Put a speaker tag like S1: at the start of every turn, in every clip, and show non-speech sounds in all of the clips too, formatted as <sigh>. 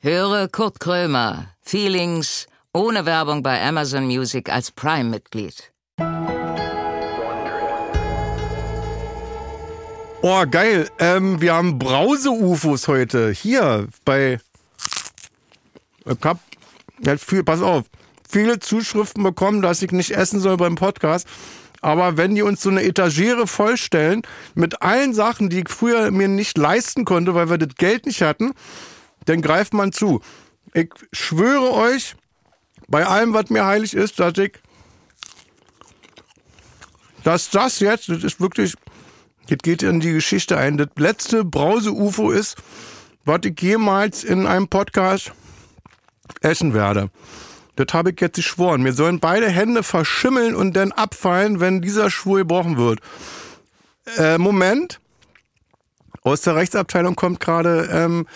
S1: Höre Kurt Krömer, Feelings, ohne Werbung bei Amazon Music als Prime-Mitglied.
S2: Oh, geil. Ähm, wir haben Brause-UFOs heute. Hier bei. Ich hab, ja, viel, pass auf. Viele Zuschriften bekommen, dass ich nicht essen soll beim Podcast. Aber wenn die uns so eine Etagere vollstellen mit allen Sachen, die ich früher mir nicht leisten konnte, weil wir das Geld nicht hatten, dann greift man zu. Ich schwöre euch, bei allem, was mir heilig ist, dass ich, dass das jetzt, das ist wirklich, das geht in die Geschichte ein, das letzte Brause-UFO ist, was ich jemals in einem Podcast essen werde. Das habe ich jetzt geschworen. Mir sollen beide Hände verschimmeln und dann abfallen, wenn dieser Schwur gebrochen wird. Äh, Moment. Aus der Rechtsabteilung kommt gerade ähm,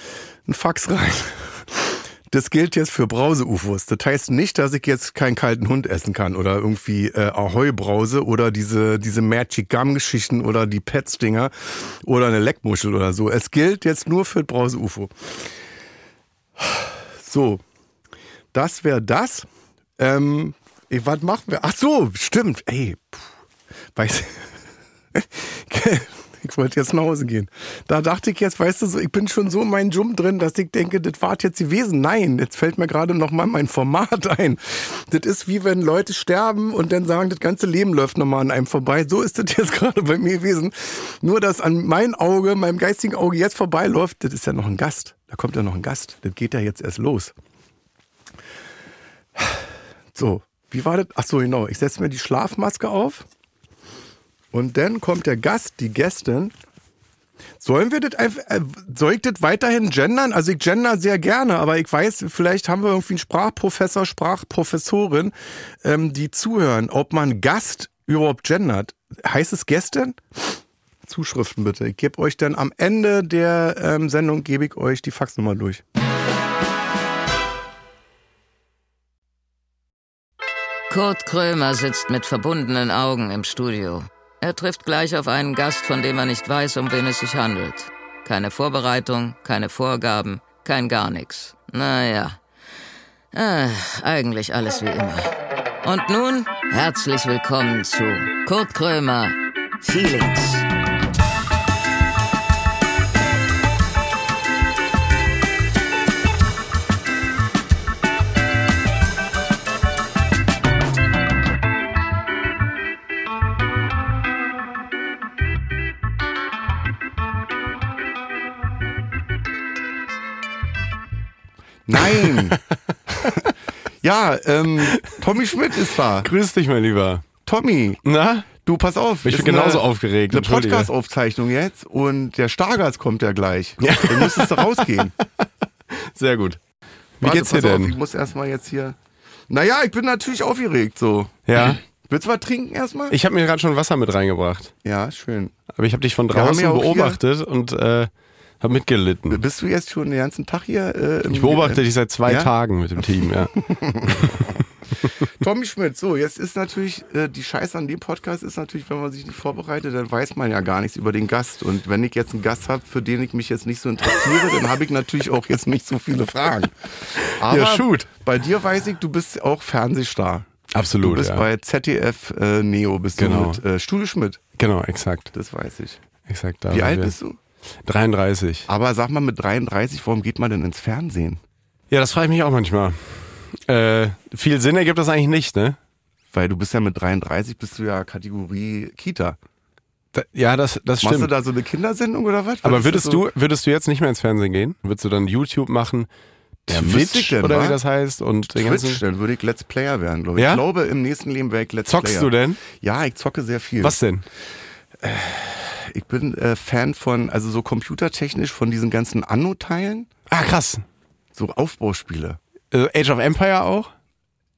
S2: ein Fax rein. Das gilt jetzt für Brause-UFOs. Das heißt nicht, dass ich jetzt keinen kalten Hund essen kann oder irgendwie äh, Ahoi-Brause oder diese, diese Magic Gum-Geschichten oder die Pets-Dinger oder eine Leckmuschel oder so. Es gilt jetzt nur für Brause-UFO. So, das wäre das. Ähm, ich- was machen wir? Ach so, stimmt. Ey, puh. weiß <laughs> ich wollte jetzt nach Hause gehen. Da dachte ich jetzt, weißt du, so, ich bin schon so in meinem Jump drin, dass ich denke, das war jetzt gewesen. Nein, jetzt fällt mir gerade nochmal mein Format <laughs> ein. Das ist wie wenn Leute sterben und dann sagen, das ganze Leben läuft nochmal an einem vorbei. So ist das <laughs> jetzt gerade bei mir gewesen. Nur, dass an mein Auge, meinem geistigen Auge jetzt vorbeiläuft, das ist ja noch ein Gast. Da kommt ja noch ein Gast. Das geht ja jetzt erst los. So, wie war das? Ach so, genau. Ich setze mir die Schlafmaske auf. Und dann kommt der Gast, die Gästin. Sollen wir das einfach, äh, soll ich das weiterhin gendern? Also ich gender sehr gerne, aber ich weiß, vielleicht haben wir irgendwie einen Sprachprofessor, Sprachprofessorin, ähm, die zuhören, ob man Gast überhaupt gendert. Heißt es Gästin? Zuschriften bitte. Ich gebe euch dann am Ende der ähm, Sendung, gebe ich euch die Faxnummer durch.
S1: Kurt Krömer sitzt mit verbundenen Augen im Studio. Er trifft gleich auf einen Gast, von dem er nicht weiß, um wen es sich handelt. Keine Vorbereitung, keine Vorgaben, kein gar nichts. Naja, äh, eigentlich alles wie immer. Und nun herzlich willkommen zu Kurt Krömer, Feelings.
S3: <laughs>
S2: Nein! ja, ähm, Tommy Schmidt ist da.
S3: Grüß dich, mein Lieber.
S2: Tommy,
S3: Na?
S2: Du, pass auf.
S3: Ich
S2: ist
S3: bin genauso aufgeregt,
S2: Eine
S3: entschuldige.
S2: Podcast-Aufzeichnung jetzt und der Stargast kommt ja gleich. Dann müsstest du
S3: <laughs>
S2: rausgehen.
S3: Sehr gut. Wie
S2: Warte,
S3: geht's dir
S2: pass Auf, ich
S3: denn?
S2: muss erstmal jetzt hier. Naja, ich bin natürlich aufgeregt so.
S3: Ja.
S2: Willst du was trinken erstmal?
S3: Ich habe mir gerade schon Wasser mit reingebracht.
S2: Ja, schön.
S3: Aber ich habe dich von
S2: haben
S3: draußen
S2: ja auch
S3: beobachtet und äh, habe mitgelitten.
S2: Bist du jetzt schon den ganzen Tag hier? Äh, im-
S3: Ich beobachte dich seit zwei
S2: Ja?
S3: Tagen mit dem Team,
S2: <laughs>
S3: ja.
S2: Tommy Schmidt, so, jetzt ist natürlich, äh, die Scheiße an dem Podcast ist natürlich, wenn man sich nicht vorbereitet, dann weiß man ja gar nichts über den Gast. Und wenn ich jetzt einen Gast habe, für den ich mich jetzt nicht so interessiere, dann habe ich natürlich auch jetzt nicht so viele Fragen. Aber
S3: Ja, shoot.
S2: bei dir weiß ich, du bist auch Fernsehstar.
S3: Absolut,
S2: Du bist
S3: ja.
S2: bei ZDF äh, Neo, bist
S3: Genau.
S2: du mit äh, Studio Schmidt,
S3: Genau, exakt.
S2: das weiß ich.
S3: Exakt. da
S2: Wie
S3: waren
S2: alt
S3: Also wir.
S2: bist du?
S3: 33.
S2: Aber sag mal, mit 33, warum geht man denn ins Fernsehen?
S3: Ja, das frage ich mich auch manchmal. Äh, viel Sinn ergibt das eigentlich nicht, ne?
S2: Weil du bist ja mit 33, bist du ja Kategorie Kita.
S3: Da, ja, das, das
S2: Machst du
S3: stimmt.
S2: da so eine Kindersendung oder was? Was
S3: Aber
S2: ist
S3: würdest
S2: das so?
S3: du, würdest du jetzt nicht mehr ins Fernsehen gehen? Würdest du dann YouTube machen?
S2: Ja, müsste ich
S3: Twitch
S2: denn,
S3: oder
S2: wa?
S3: wie das heißt? Und den
S2: Twitch,
S3: ganzen,
S2: dann würde ich Let's Player werden, glaube ich.
S3: Ja?
S2: Ich glaube, im nächsten Leben wäre ich Let's
S3: Zockst
S2: Player.
S3: du denn?
S2: Ja, ich zocke sehr viel.
S3: Was denn?
S2: Ich bin äh, Fan von, also so computertechnisch von diesen ganzen Anno-Teilen,
S3: Ah, krass.
S2: so Aufbauspiele.
S3: Also Age of Empire auch?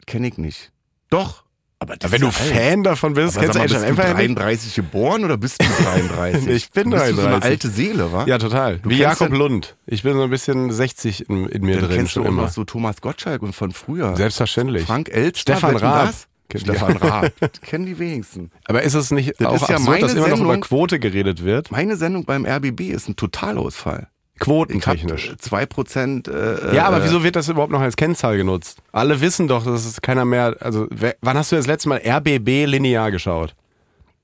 S2: Kenne ich nicht. Doch. Aber das
S3: Wenn du
S2: ist ja alt.
S3: Fan davon bist,
S2: aber
S3: kennst du
S2: sag mal,
S3: Age of
S2: bist du
S3: Empire nicht?
S2: 33 geboren oder bist du
S3: <laughs>
S2: 33?
S3: Ich bin
S2: bist Du so eine
S3: 33.
S2: alte Seele, wa?
S3: Ja, total.
S2: Du
S3: Wie
S2: kennst
S3: Jakob
S2: den-
S3: Lund. Ich bin so ein bisschen 60 in, in mir
S2: Dann
S3: drin
S2: kennst du
S3: schon
S2: auch
S3: immer.
S2: noch so Thomas Gottschalk und von früher.
S3: Selbstverständlich.
S2: Frank Elster,
S3: Stefan
S2: Wetten,
S3: Raab.
S2: das?
S3: Kennt ihr.
S2: Stefan Raab. <laughs> Kennen die wenigsten.
S3: Aber ist es nicht
S2: Das
S3: auch
S2: ist ja
S3: absurd, dass
S2: meine
S3: immer noch über
S2: Sendung.
S3: Quote geredet wird?
S2: Meine Sendung beim RBB ist ein Totalausfall.
S3: Quotentechnisch.
S2: 2% äh,
S3: Ja, aber wieso wird das überhaupt noch als Kennzahl genutzt? Alle wissen doch, dass es keiner mehr. Also, wer, wann hast du das letzte Mal RBB linear geschaut?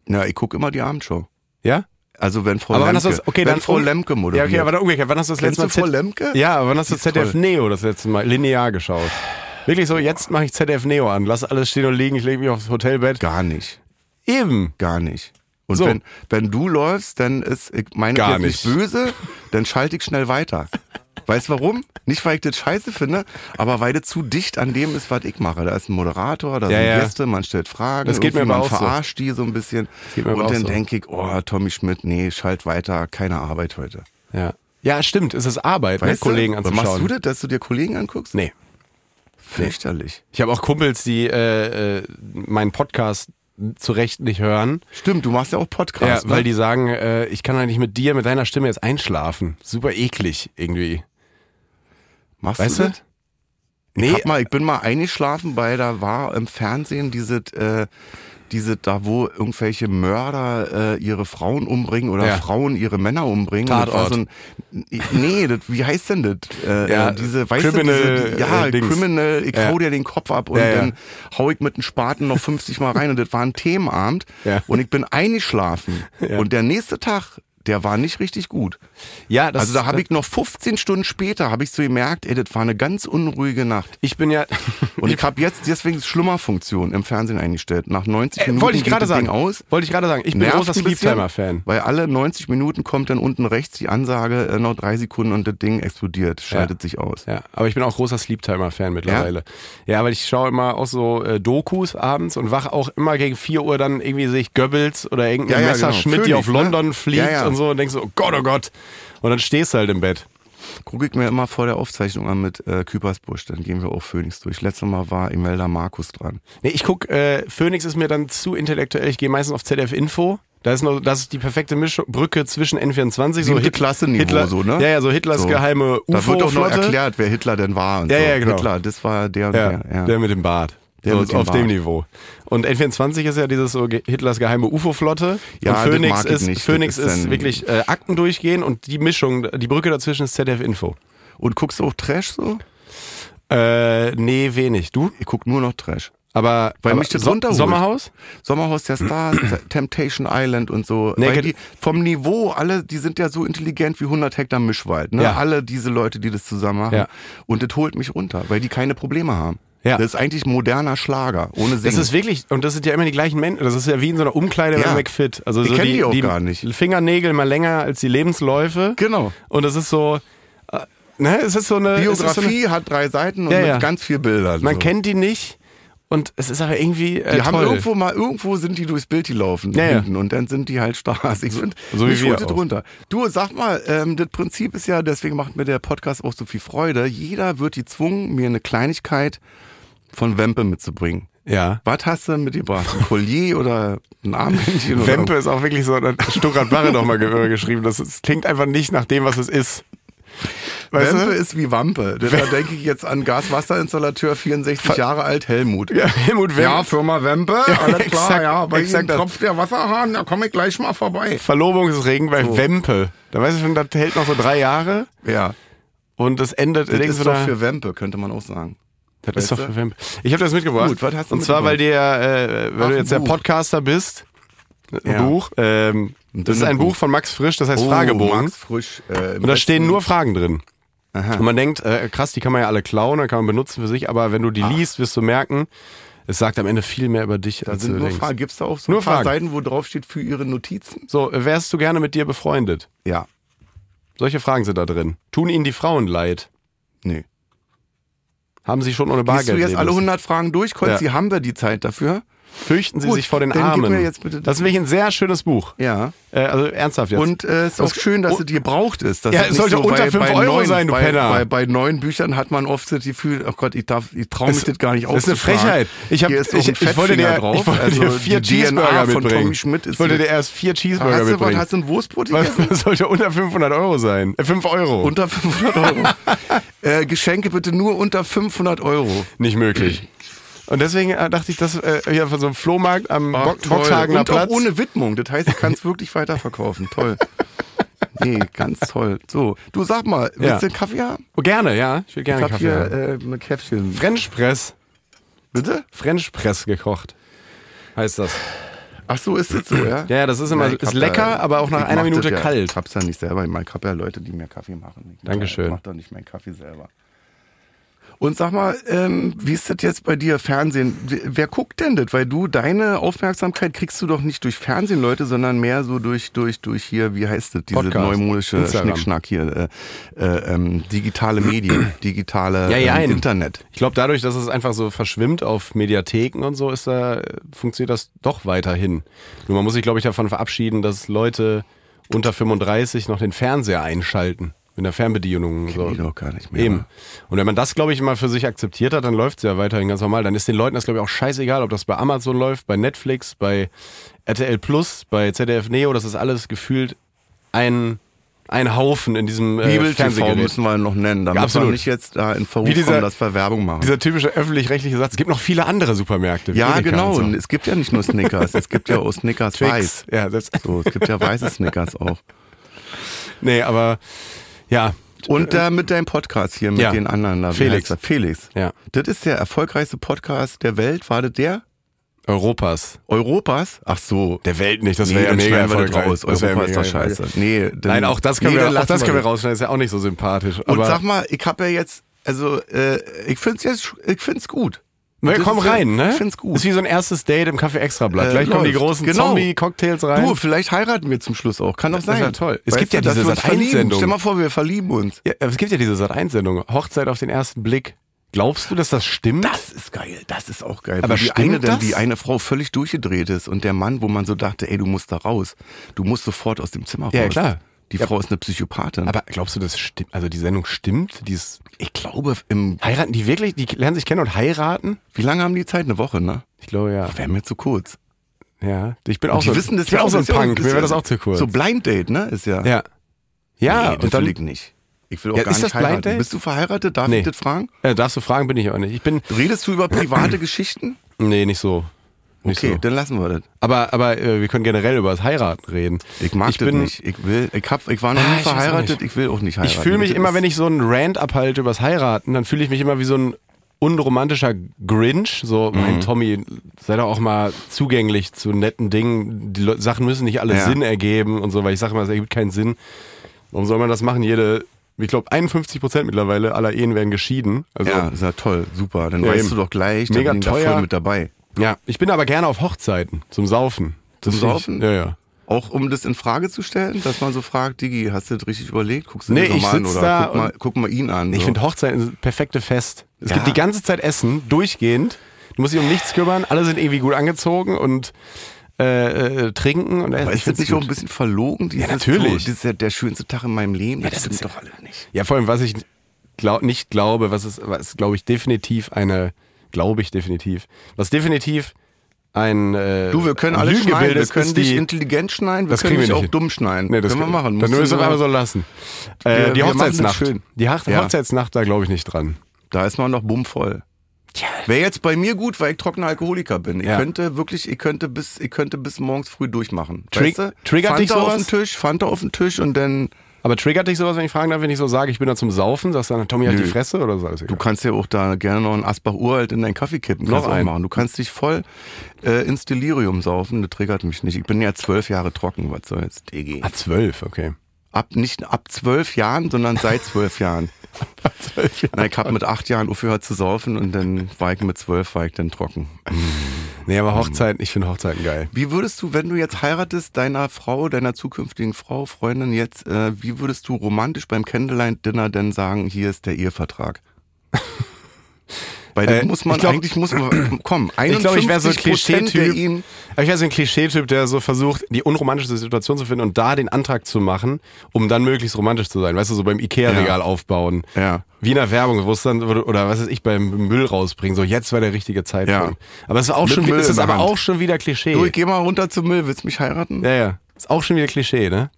S2: Na, ich gucke immer die Abendshow.
S3: Ja?
S2: Also wenn Frau
S3: Aber wann
S2: Lemke,
S3: hast du das. Okay,
S2: wenn
S3: dann.
S2: Frau
S3: um-
S2: Lemke moderiert.
S3: Ja, okay, aber dann umgekehrt. Wann hast du das
S2: Kennst
S3: letzte Mal.
S2: du Frau
S3: Z-
S2: Lemke?
S3: Ja, aber wann hast du ZDF
S2: toll.
S3: Neo das letzte Mal linear geschaut? Wirklich so, jetzt mache ich ZDF Neo an. Lass alles stehen und liegen. Ich lege mich aufs Hotelbett.
S2: Gar nicht.
S3: Eben.
S2: Gar nicht. Und
S3: So.
S2: wenn, wenn du läufst, dann ist, ich meine
S3: Gar
S2: ich jetzt nicht
S3: nicht.
S2: böse, dann schalte ich schnell weiter. Weißt warum? Nicht, weil ich das scheiße finde, aber weil das zu dicht an dem ist, was ich mache. Da ist ein Moderator, da
S3: Ja,
S2: sind
S3: ja.
S2: Gäste, man stellt Fragen,
S3: Das geht mir
S2: irgendwie,
S3: aber
S2: man
S3: auch so.
S2: verarscht die so ein bisschen.
S3: geht mir aber
S2: Und
S3: auch
S2: dann
S3: so.
S2: denke ich, oh, Tommy Schmidt, nee, schalt weiter, keine Arbeit heute.
S3: Ja. Ja, stimmt. Es ist Arbeit, ne,
S2: Weißt
S3: Kollegen
S2: du?
S3: anzuschauen.
S2: Machst du das, dass du dir Kollegen anguckst?
S3: Nee.
S2: Fürchterlich.
S3: Ich habe auch Kumpels, die äh, äh, meinen Podcast zu Recht nicht hören,
S2: Stimmt, du machst ja auch
S3: ja,
S2: Podcasts.
S3: weil
S2: ne?
S3: die sagen, äh, ich kann doch nicht mit dir, mit deiner Stimme jetzt einschlafen. Super eklig irgendwie.
S2: machst
S3: Weißt
S2: du
S3: du?
S2: das?
S3: Nee,
S2: Hab mal, ich bin mal eingeschlafen bei, da war im Fernsehen diese, äh, diese, da wo irgendwelche Mörder äh, ihre Frauen umbringen oder
S3: Ja.
S2: Frauen ihre Männer umbringen. Und das war
S3: Tatort.
S2: so ein, nee, das, wie heißt denn das? Äh,
S3: Ja,
S2: äh, diese, weißt du,
S3: Criminal,
S2: diese, die, ja,
S3: äh, Dings.
S2: Criminal, ich
S3: Ja.
S2: hau dir den Kopf ab und
S3: Ja, ja.
S2: dann hau ich mit dem Spaten noch 50 Mal rein und das war ein Themenabend
S3: Ja.
S2: und ich bin eingeschlafen
S3: Ja.
S2: und der nächste Tag, der war nicht richtig gut.
S3: ja, das
S2: Also da habe ich noch 15 Stunden später, habe ich so gemerkt, ey, das war eine ganz unruhige Nacht.
S3: Ich bin <laughs> ja.
S2: Und ich habe jetzt deswegen Schlummerfunktion im Fernsehen eingestellt. Nach 90
S3: Äh,
S2: Minuten
S3: wollte ich
S2: geht
S3: gerade
S2: das
S3: sagen.
S2: Ding aus.
S3: Wollte ich gerade sagen. Ich bin
S2: Nervt
S3: großer
S2: ein bisschen,
S3: Sleeptimer-Fan.
S2: Weil alle 90 Minuten kommt dann unten rechts die Ansage, äh, noch drei Sekunden und das Ding explodiert, schaltet sich aus.
S3: Ja, aber ich bin auch großer Sleeptimer-Fan mittlerweile. Ja? weil ich schaue immer auch so äh, Dokus abends und wache auch immer gegen 4 Uhr dann irgendwie sehe ich Goebbels oder irgendein
S2: Ja, ja,
S3: Messerschmitt,
S2: genau.
S3: die auf
S2: Phoenix, ne?
S3: London fliegt
S2: Ja, ja.
S3: und so und denkst so, oh Gott, oh Gott. Und dann stehst du halt im Bett.
S2: Gucke ich mir immer vor der Aufzeichnung an mit äh, Küppersbusch, dann gehen wir auch Phoenix durch. Letztes Mal war Imelda Markus dran.
S3: Nee, ich guck, äh, Phoenix ist mir dann zu intellektuell. Ich gehe meistens auf ZDF Info. Da ist noch, das ist die perfekte Mischung, Brücke zwischen N24, so
S2: Siebte Klasse-Niveau,
S3: Hitler,
S2: so, ne?
S3: Ja, ja, so Hitlers
S2: So.
S3: geheime ufo
S2: Da wird doch noch erklärt, wer Hitler denn war. Und
S3: Ja,
S2: so.
S3: ja, genau.
S2: Hitler, das war der und
S3: Ja,
S2: der. Ja.
S3: der mit dem Bart.
S2: Der
S3: so,
S2: mit dem
S3: auf dem
S2: Bart.
S3: Niveau. Und N24 ist ja dieses so Ge- Hitlers geheime UFO-Flotte.
S2: Ja, das
S3: und Phoenix
S2: mag ich
S3: ist,
S2: nicht.
S3: Phoenix
S2: Das ist
S3: ist
S2: dann-
S3: wirklich äh, Akten durchgehen und die Mischung, die Brücke dazwischen ist ZDF Info.
S2: Und guckst du auch Trash so?
S3: Äh, nee, wenig. Du?
S2: Ich guck nur noch Trash.
S3: Aber,
S2: Weil
S3: aber
S2: mich das runterholt.
S3: Sommerhaus?
S2: Sommerhaus
S3: <clears throat>
S2: der Stars, Temptation Island und so. Weil
S3: Naked-
S2: die vom Niveau, alle, die sind ja so intelligent wie 100 Hektar Mischwald. Ne?
S3: Ja.
S2: Alle diese Leute, die das zusammen machen.
S3: Ja.
S2: Und das holt mich runter, weil die keine Probleme haben.
S3: Ja.
S2: Das ist eigentlich moderner Schlager, ohne Singen.
S3: Das ist wirklich, und das sind ja immer die gleichen Menschen. Das ist ja wie in so einer Umkleide
S2: Ja.
S3: bei McFit. Also
S2: Ich
S3: so
S2: kenn
S3: die,
S2: die auch gar nicht.
S3: Fingernägel mal länger als die Lebensläufe.
S2: Genau.
S3: Und das ist so, äh, ne, es ist so eine es ist so eine,
S2: Biografie hat drei Seiten und
S3: Ja,
S2: mit
S3: ja.
S2: ganz viel Bildern.
S3: man
S2: so.
S3: kennt die nicht. Und es ist aber irgendwie äh,
S2: die haben
S3: toll.
S2: irgendwo mal, irgendwo sind die durchs Bild gelaufen
S3: Ja, ja.
S2: hinten und dann sind die halt <laughs> Stars. Ich finde,
S3: so wie
S2: mich
S3: wir
S2: holt das
S3: auch.
S2: runter. Du, sag mal, ähm, das Prinzip ist ja, deswegen macht mir der Podcast auch so viel Freude. Jeder wird gezwungen, mir eine Kleinigkeit von Wempe mitzubringen.
S3: Ja.
S2: Was hast du mitgebracht? Ein Collier <laughs> oder ein Armbändchen? oder-
S3: Wempe ist auch wirklich so, da hat Stuckrad Barre nochmal ge äh, geschrieben, das, das klingt einfach nicht nach dem, was es ist. Weißt
S2: Wempe
S3: du?
S2: ist wie Wampe. Da denke ich jetzt an Gaswasserinstallateur, 64 Jahre alt, Helmut. <laughs>
S3: Ja, Helmut Wempe.
S2: Firma Wempe,
S3: exakt, exakt das.
S2: der Wasserhahn, da komme ich gleich mal vorbei.
S3: Verlobungsring bei Wempe. Da weißt du schon, das hält noch so drei Jahre
S2: Ja.
S3: und das endet
S2: Das
S3: denkst
S2: ist
S3: du
S2: doch
S3: da-
S2: für Wempe, könnte man auch sagen.
S3: Das ist doch für Wempe. Ich habe das mitgebracht.
S2: Gut, was hast du
S3: und zwar, weil
S2: mitgebracht?
S3: dir, äh, weil
S2: Ach,
S3: du
S2: ein
S3: jetzt der
S2: Buch.
S3: Podcaster bist, ein
S2: Ja.
S3: Buch. Ähm, das ist
S2: dünnes
S3: ein Buch
S2: Buch.
S3: von Max Frisch, das heißt
S2: Oh,
S3: Fragebogen.
S2: Max Frisch. Äh,
S3: Und da stehen nur Fragen drin. Und man denkt, äh, krass, die kann man ja alle klauen, dann kann man benutzen für sich, aber wenn du die
S2: Ah.
S3: liest, wirst du merken, es sagt am Ende viel mehr über dich,
S2: Da
S3: als
S2: sind
S3: du
S2: nur
S3: denkst.
S2: Fragen. Gibt es da auch so
S3: Nur
S2: ein paar
S3: Fragen.
S2: Seiten, wo drauf steht für Ihre Notizen?
S3: So, äh, wärst du gerne mit dir befreundet?
S2: Ja.
S3: Solche Fragen sind da drin. Tun ihnen die Frauen leid?
S2: Nee.
S3: Haben sie schon ohne
S2: Hast
S3: Bargeld
S2: du jetzt
S3: leben
S2: alle
S3: müssen?
S2: 100 Fragen durch, Konzi?
S3: Ja.
S2: Haben wir die Zeit dafür?
S3: Fürchten sie
S2: Gut,
S3: sich vor den
S2: dann gib
S3: Armen?
S2: mir jetzt bitte das-
S3: das ist wirklich ein sehr schönes Buch.
S2: Ja.
S3: Äh, also ernsthaft jetzt.
S2: Und äh, ist auch
S3: Das-
S2: schön, dass
S3: oh-
S2: es gebraucht ist. dass
S3: Ja,
S2: es
S3: es
S2: nicht
S3: sollte unter fünf Euro
S2: neuen,
S3: sein, du
S2: bei,
S3: Penner.
S2: Bei, bei neuen Büchern hat man oft das Gefühl, oh Gott, ich darf, ich traue mich
S3: Es-
S2: das gar nicht
S3: das ist eine
S2: auszufragen.
S3: Frechheit. Ich hab-
S2: Hier ist auch
S3: ich-
S2: ein
S3: ich wollte
S2: Fettfinger
S3: dir-
S2: drauf. Also
S3: ich wollte dir vier
S2: die DNA
S3: Cheeseburger
S2: von Tommy
S3: mitbringen.
S2: Schmidt ist
S3: Ich wollte
S2: eine-
S3: dir erst vier Cheeseburger
S2: Hast du, was,
S3: mitbringen.
S2: hast du ein Wurstbrot
S3: was,
S2: gegessen?
S3: was <laughs> sollte unter 500 Euro sein? Äh, 5 Euro.
S2: Unter
S3: <laughs>
S2: 500 Euro. äh, Geschenke bitte nur unter 500 Euro.
S3: Nicht
S2: <clears throat>
S3: möglich. Und deswegen äh, dachte ich, das äh, hier von so einem Flohmarkt am Bo
S2: toll.
S3: Boxhagener
S2: Und auch
S3: Platz.
S2: ohne Widmung. Das heißt, ich kann es wirklich weiterverkaufen. Toll. Nee, ganz toll. So, du sag mal, willst
S3: Ja.
S2: du einen Kaffee haben?
S3: Oh, gerne, ja. Ich will
S2: Ich
S3: gerne
S2: hab
S3: Kaffee.
S2: hier
S3: haben.
S2: äh, ein Käffchen.
S3: French Press.
S2: Bitte?
S3: French Press gekocht. Heißt das.
S2: Ach so, ist es so, ja?
S3: Ja, ja, das ist immer-
S2: ich
S3: ist
S2: hab
S3: lecker, aber auch nach
S2: ich
S3: einer
S2: mach
S3: Minute
S2: das ja,
S3: kalt.
S2: Ich hab's ja nicht selber. Ich meine, ich hab ja Leute, die mir Kaffee machen. Ich
S3: Dankeschön.
S2: Ich mach doch nicht meinen Kaffee selber. Und sag mal, ähm, wie ist das jetzt bei dir, Fernsehen? W- Wer guckt denn das? Weil du, deine Aufmerksamkeit kriegst du doch nicht durch Fernsehen, Leute, sondern mehr so durch, durch, durch hier, wie heißt das, diese
S3: Podcast,
S2: neumodische
S3: Instagram.
S2: Schnickschnack hier, äh, äh, ähm,
S3: <clears throat>
S2: digitale Medien, digitale
S3: Ja, ja,
S2: ähm,
S3: ein.
S2: Internet.
S3: Ich glaube, dadurch, dass es einfach so verschwimmt auf Mediatheken und so, ist da, äh, funktioniert das doch weiterhin. Nur man muss sich, glaube ich, davon verabschieden, dass Leute unter 35 noch den Fernseher einschalten. Mit der Fernbedienung. und So.
S2: die doch gar nicht mehr.
S3: Eben. Und wenn man das, glaube ich, mal für sich akzeptiert hat, dann läuft es ja weiterhin ganz normal. Dann ist den Leuten das, glaube ich, auch scheißegal, ob das bei Amazon läuft, bei Netflix, bei RTL Plus, bei ZDF Neo. Das ist alles gefühlt ein, ein Haufen in diesem äh,
S2: Bibel-TV
S3: Fernsehgerät.
S2: müssen wir noch nennen, damit
S3: Ja, absolut.
S2: wir nicht jetzt da in Verruf
S3: Wie dieser-
S2: kommen, dass wir Werbung machen.
S3: Dieser typische öffentlich-rechtliche Satz. Es gibt noch viele andere Supermärkte. wie
S2: Ja,
S3: Edeka
S2: genau.
S3: Und
S2: Und
S3: so.
S2: es gibt ja nicht nur Snickers, es gibt ja auch Snickers
S3: Twix.
S2: weiß.
S3: Ja, das,
S2: So, es gibt ja weiße Snickers auch.
S3: <laughs> nee, aber ja.
S2: Und da mit deinem Podcast hier, mit
S3: Ja.
S2: den anderen da. wie
S3: Felix.
S2: heißt er? Felix.
S3: Ja.
S2: Das ist der erfolgreichste Podcast der Welt. War das der?
S3: Europas.
S2: Europas? Ach so.
S3: Der Welt nicht. Das wäre ja
S2: dann
S3: mega
S2: schneiden wir das
S3: erfolgreich.
S2: raus.
S3: Das wär
S2: Europa
S3: ja
S2: ist doch
S3: mega
S2: scheiße. Nee, dann,
S3: Nein, auch das können,
S2: Nee, dann
S3: wir, auch das
S2: lassen
S3: können wir rausschneiden. Ist ja auch nicht so sympathisch.
S2: Und
S3: aber
S2: sag mal, ich habe ja jetzt, also äh, ich find's jetzt, ich find's gut.
S3: Na,
S2: Das
S3: komm
S2: ist ja-
S3: rein, ne?
S2: Ich find's gut.
S3: Ist wie so ein erstes Date im Kaffee Extrablatt.
S2: Äh,
S3: Gleich kommen die
S2: läuft.
S3: großen
S2: Genau.
S3: Zombie-Cocktails rein.
S2: Du, vielleicht heiraten wir zum Schluss auch. Kann doch
S3: Das
S2: sein.
S3: ist ja toll. Es
S2: Weißt
S3: gibt ja
S2: du, dass
S3: diese
S2: wir uns verlieben.
S3: Sat.1-Sendung.
S2: Stell mal vor, wir verlieben uns.
S3: Ja, aber es gibt ja diese Sat1-Sendung. Hochzeit auf den ersten Blick. Glaubst du, dass das stimmt?
S2: Das ist geil, das ist auch geil.
S3: Aber
S2: Wie die
S3: stimmt
S2: eine,
S3: das?
S2: Dann, die eine Frau völlig durchgedreht ist und der Mann, wo man so dachte, ey, du musst da raus. Du musst sofort aus dem Zimmer raus.
S3: Ja, klar.
S2: Die Frau ist eine Psychopathin.
S3: aber glaubst du, das stimmt? Also die Sendung stimmt? Die ist
S2: ich glaube, im,
S3: heiraten die wirklich? Die lernen sich kennen und heiraten?
S2: wie lange haben die Zeit? Eine Woche, ne?
S3: Ich glaube ja.
S2: Wäre mir zu kurz.
S3: Ja. Ich bin auch
S2: die
S3: so,
S2: wissen das
S3: ich bin
S2: ja
S3: auch so ein
S2: das ist ja
S3: Punk. Mir
S2: ist
S3: wäre
S2: ja
S3: das auch zu kurz.
S2: So Blind Date, ne? Ist ja.
S3: ja. Ja,
S2: nee, das
S3: und dann
S2: will ich nicht. Ich will auch
S3: Ja,
S2: gar
S3: ist
S2: nicht
S3: das Blind
S2: heiraten.
S3: Date?
S2: Bist du verheiratet? Darf
S3: Nee.
S2: ich das fragen?
S3: äh, darfst du fragen, bin ich auch nicht. Ich bin
S2: Redest du
S3: <clears throat>
S2: über private Geschichten?
S3: nee, nicht so. Nicht
S2: Okay,
S3: so.
S2: dann lassen wir das.
S3: Aber aber äh, wir können generell über das Heiraten reden.
S2: Ich mag das
S3: bin-
S2: nicht. Ich will, ich hab, ich war noch nie
S3: Ah, ich weiß auch
S2: verheiratet,
S3: nicht.
S2: ich will auch nicht heiraten.
S3: Ich fühle mich
S2: Das
S3: immer,
S2: ist-
S3: wenn ich so einen Rant abhalte übers Heiraten, dann fühle ich mich immer wie so ein unromantischer Grinch. So,
S2: Mhm.
S3: mein Tommy, sei doch auch mal zugänglich zu netten Dingen. Die Le Sachen müssen nicht alle
S2: Ja.
S3: Sinn ergeben und so, weil ich sage immer, es ergibt keinen Sinn. Warum soll man das machen? Jede, ich glaube, 51 Prozent mittlerweile aller Ehen werden geschieden. Also,
S2: Ja,
S3: ja.
S2: ist ja toll, super. Dann
S3: Ja,
S2: weißt
S3: eben.
S2: du doch gleich, dann
S3: Mega
S2: bin ich da
S3: teuer.
S2: voll mit dabei.
S3: ich bin aber gerne auf Hochzeiten zum Saufen. Das
S2: Zum
S3: find ich-
S2: Saufen?
S3: Ja, ja.
S2: Auch um das in Frage zu stellen, dass man so fragt, Digi, hast du das richtig überlegt? Guckst du
S3: Nee,
S2: dir das
S3: ich
S2: mal an
S3: sitz
S2: oder
S3: da
S2: guck, mal,
S3: und-
S2: guck mal ihn an?
S3: Ich
S2: so.
S3: finde Hochzeiten sind das perfekte Fest. Es
S2: Ja.
S3: gibt die ganze Zeit Essen, durchgehend. Du musst dich um nichts kümmern, alle sind irgendwie gut angezogen und äh, äh, trinken und essen.
S2: aber ist das nicht auch ein bisschen verlogen? Dieses
S3: natürlich.
S2: So, das ist ja der schönste Tag in meinem Leben.
S3: das
S2: stimmt
S3: ist-
S2: doch alle nicht.
S3: Ja, vor allem, was ich glaub, nicht glaube, was ist, was glaube ich definitiv eine, glaube ich definitiv, was definitiv ein äh,
S2: Du, wir können
S3: ein
S2: alles
S3: Lügengebilde
S2: schneiden, wir
S3: ist,
S2: können
S3: ist
S2: dich
S3: die-
S2: intelligent schneiden, wir
S3: Das
S2: können
S3: kriegen wir
S2: dich
S3: nicht
S2: auch
S3: hin.
S2: dumm schneiden.
S3: Nee, das
S2: können wir machen.
S3: Dann
S2: Musst
S3: müssen
S2: du
S3: wir es einfach so
S2: nur-
S3: lassen. Äh,
S2: Wir-
S3: die
S2: wir machen das
S3: Hochzeitsnacht.
S2: schön.
S3: Die Hoch-
S2: Ja.
S3: Hochzeitsnacht, da glaube ich nicht dran.
S2: Da ist man noch bummvoll. Wäre jetzt bei mir gut, weil ich trockener Alkoholiker bin. Ich
S3: Ja.
S2: könnte wirklich, ich könnte bis, ich könnte bis morgens früh durchmachen.
S3: Trig-
S2: weißt du?
S3: triggert
S2: Fanta
S3: dich
S2: auf
S3: sowas?
S2: den Tisch, Fanta auf den Tisch und dann,
S3: Aber triggert dich sowas, wenn ich fragen darf, wenn ich so sage, ich bin da zum Saufen, sagst du dann, Tommy, halt
S2: Nö.
S3: die Fresse oder so? Alles egal.
S2: du kannst ja auch da gerne noch einen Asbach Uralt in deinen Kaffee kippen. Kannst
S3: Noch
S2: auch
S3: einen.
S2: machen. Du kannst dich voll äh, ins Delirium saufen, das triggert mich nicht. Ich bin ja zwölf Jahre trocken, was soll's, DG.
S3: Ah, zwölf, <laughs> okay.
S2: Ab, nicht ab zwölf Jahren, sondern seit zwölf Jahren. Na, ich habe mit acht Jahren aufgehört zu saufen und dann war ich mit zwölf, war ich dann trocken.
S3: Nee, aber Hochzeiten, ich finde Hochzeiten geil.
S2: Wie würdest du, wenn du jetzt heiratest, deiner Frau, deiner zukünftigen Frau, Freundin jetzt, äh, wie würdest du romantisch beim Candlelight-Dinner denn sagen, hier ist der Ehevertrag? Weil
S3: Äh,
S2: dann muss man
S3: ich glaub-
S2: eigentlich, muss man, komm, 51
S3: Ich glaube, ich wäre so ein
S2: Prozent der ihn,
S3: Klischeetyp. Aber Ich wäre so ein Klischeetyp, der so versucht, die unromantische Situation zu finden und da den Antrag zu machen, um dann möglichst romantisch zu sein. Weißt du, so beim Ikea-Regal aufbauen.
S2: Ja.
S3: Wie in der Werbung, wo es dann, oder was weiß ich, beim Müll rausbringen. So, jetzt war der richtige Zeitpunkt.
S2: Ja.
S3: Aber es ist auch
S2: Mit
S3: schon,
S2: Müll
S3: ist
S2: in
S3: das
S2: der
S3: aber
S2: Hand.
S3: auch schon wieder Klischee.
S2: du, ich geh mal runter zum Müll, willst mich heiraten?
S3: ja, ja. Ist auch schon wieder Klischee, ne?